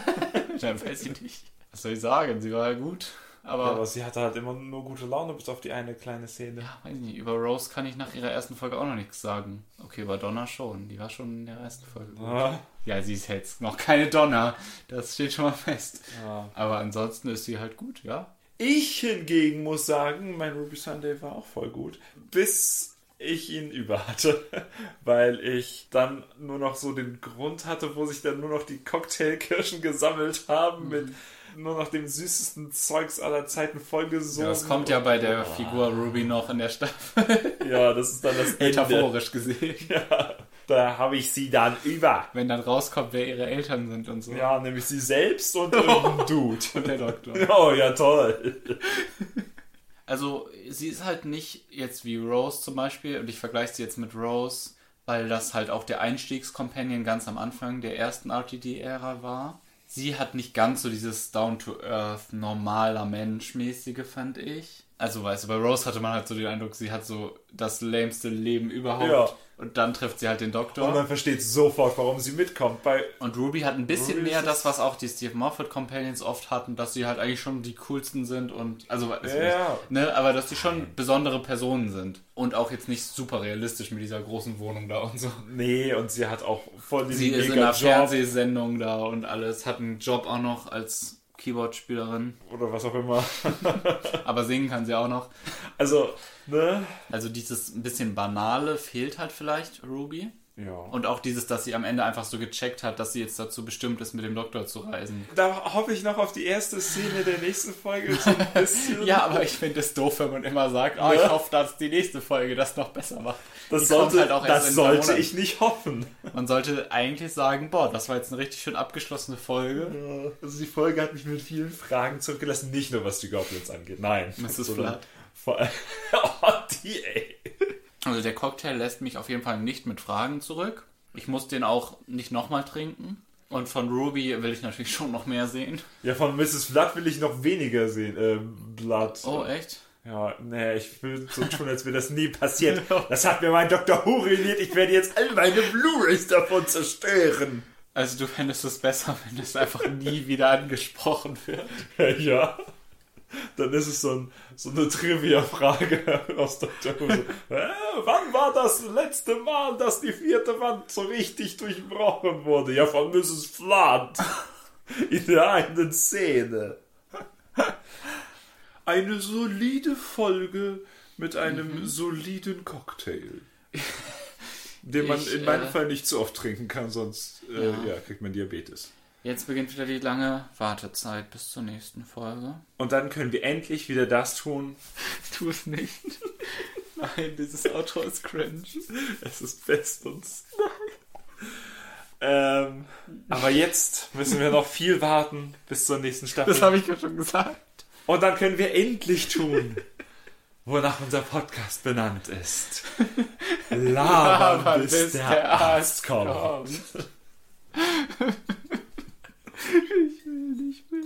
Speaker 2: *laughs* Dann weiß ich nicht. Was soll ich sagen? Sie war ja gut. Aber,
Speaker 1: Aber sie hatte halt immer nur gute Laune, bis auf die eine kleine Szene.
Speaker 2: ja, weiß ich nicht, über Rose kann ich nach ihrer ersten Folge auch noch nichts sagen. Okay, über Donna schon. Die war schon in der ersten Folge gut.
Speaker 1: Ja.
Speaker 2: Ja, sie ist jetzt noch keine Donna. Das steht schon mal fest.
Speaker 1: Ja.
Speaker 2: Aber ansonsten ist sie halt gut, ja.
Speaker 1: Ich hingegen muss sagen, mein Ruby Sunday war auch voll gut. Bis ich ihn über hatte, *laughs* weil ich dann nur noch so den Grund hatte, wo sich dann nur noch die Cocktailkirschen gesammelt
Speaker 2: Mhm.
Speaker 1: haben mit nur noch dem süßesten Zeugs aller Zeiten vollgesogen.
Speaker 2: Ja, das kommt ja bei der Figur Ruby noch in der Staffel.
Speaker 1: Ja, das ist dann
Speaker 2: *laughs*
Speaker 1: das *laughs* Ende.
Speaker 2: Metaphorisch gesehen.
Speaker 1: Da habe ich sie dann über.
Speaker 2: Wenn dann rauskommt, wer ihre Eltern sind und so.
Speaker 1: Ja, nämlich sie selbst
Speaker 2: *laughs*
Speaker 1: und irgendein Dude. *laughs*
Speaker 2: Und der Doktor.
Speaker 1: Oh, ja, toll.
Speaker 2: Also, sie ist halt nicht jetzt wie Rose zum Beispiel, und ich vergleiche sie jetzt mit Rose, weil das halt auch der Einstiegscompanion ganz am Anfang der ersten RTD-Ära war. Sie hat nicht ganz so dieses Down-to-Earth, normaler Mensch-mäßige, fand ich. Also, weißt du, bei Rose hatte man halt so den Eindruck, sie hat so das lämste Leben überhaupt.
Speaker 1: Ja.
Speaker 2: Und dann trifft sie halt den Doktor.
Speaker 1: Und man versteht sofort, warum sie mitkommt. Bei
Speaker 2: Und Ruby hat ein bisschen
Speaker 1: Ruby
Speaker 2: mehr
Speaker 1: ist
Speaker 2: das, was auch die Steve Moffat Companions oft hatten, dass sie halt eigentlich schon die coolsten sind und also weiß ich
Speaker 1: Ja.
Speaker 2: nicht, ne, aber dass sie schon besondere Personen sind und auch jetzt nicht super realistisch mit dieser großen Wohnung da und so.
Speaker 1: Nee, und sie hat auch voll den
Speaker 2: Sie ist in
Speaker 1: mega
Speaker 2: einer
Speaker 1: Job
Speaker 2: Fernsehsendung da und alles, hat einen Job auch noch als Keyboard-Spielerin,
Speaker 1: oder was auch immer.
Speaker 2: aber singen kann sie auch noch.
Speaker 1: Also, ne?
Speaker 2: Also dieses ein bisschen banale fehlt halt vielleicht Ruby.
Speaker 1: Ja.
Speaker 2: Und auch dieses, dass sie am Ende einfach so gecheckt hat, dass sie jetzt dazu bestimmt ist, mit dem Doktor zu reisen.
Speaker 1: Da hoffe ich noch auf die erste Szene der nächsten Folge. So
Speaker 2: *laughs*
Speaker 1: ein bisschen.
Speaker 2: Ja, aber ich finde es doof, wenn man immer sagt, oh, ich
Speaker 1: Ne?
Speaker 2: hoffe, dass die nächste Folge das noch besser macht.
Speaker 1: das
Speaker 2: Die
Speaker 1: sollte,
Speaker 2: kommt halt auch erst
Speaker 1: das
Speaker 2: in drei
Speaker 1: sollte
Speaker 2: Monaten.
Speaker 1: ich nicht hoffen.
Speaker 2: Man sollte eigentlich sagen, boah, das war jetzt eine richtig schön abgeschlossene Folge.
Speaker 1: Also die Folge hat mich mit vielen Fragen zurückgelassen, nicht nur was die Goblins angeht. Nein.
Speaker 2: Mrs.
Speaker 1: Sondern
Speaker 2: Flood.
Speaker 1: Vor allem, *laughs* oh, die, ey.
Speaker 2: Also der Cocktail lässt mich auf jeden Fall nicht mit Fragen zurück. Ich muss den auch nicht nochmal trinken. Und von Ruby will ich natürlich *laughs* schon noch mehr sehen.
Speaker 1: Ja, von Mrs. Blood will ich noch weniger sehen. Ähm, Blood.
Speaker 2: Oh, echt?
Speaker 1: Ja, nee, ich will so tun, als wäre das nie passiert. Das hat mir mein Dr. Who ruiniert. Ich werde jetzt all meine Blu-Rays davon zerstören.
Speaker 2: Also du fändest es besser, *laughs* wenn es einfach nie wieder angesprochen
Speaker 1: *laughs*
Speaker 2: wird.
Speaker 1: Ja. Dann ist es so, ein, so eine Trivia-Frage *laughs* aus Dr. Who. So, äh, wann war das letzte Mal, dass die vierte Wand so richtig durchbrochen wurde? Ja, von Mrs. *laughs* Flood. In der einen Szene. *laughs* Eine solide Folge mit einem soliden *laughs* Cocktail. Den man
Speaker 2: Ich,
Speaker 1: in meinem
Speaker 2: äh,
Speaker 1: Fall nicht zu oft trinken kann, sonst äh,
Speaker 2: Ja.
Speaker 1: ja, kriegt man Diabetes.
Speaker 2: Jetzt beginnt wieder die lange Wartezeit bis zur nächsten Folge.
Speaker 1: Und dann können wir endlich wieder das tun,
Speaker 2: Tu es nicht. *laughs* Nein, dieses Outro ist cringe.
Speaker 1: Es ist bestens. ähm, aber jetzt müssen wir noch viel warten bis zur nächsten Staffel.
Speaker 2: Das habe ich ja schon gesagt.
Speaker 1: Und dann können wir endlich tun, wonach unser Podcast benannt *laughs* ist. Labern,
Speaker 2: Aber
Speaker 1: bis, der, Arzt kommt.
Speaker 2: kommt.
Speaker 1: Ich will nicht mehr.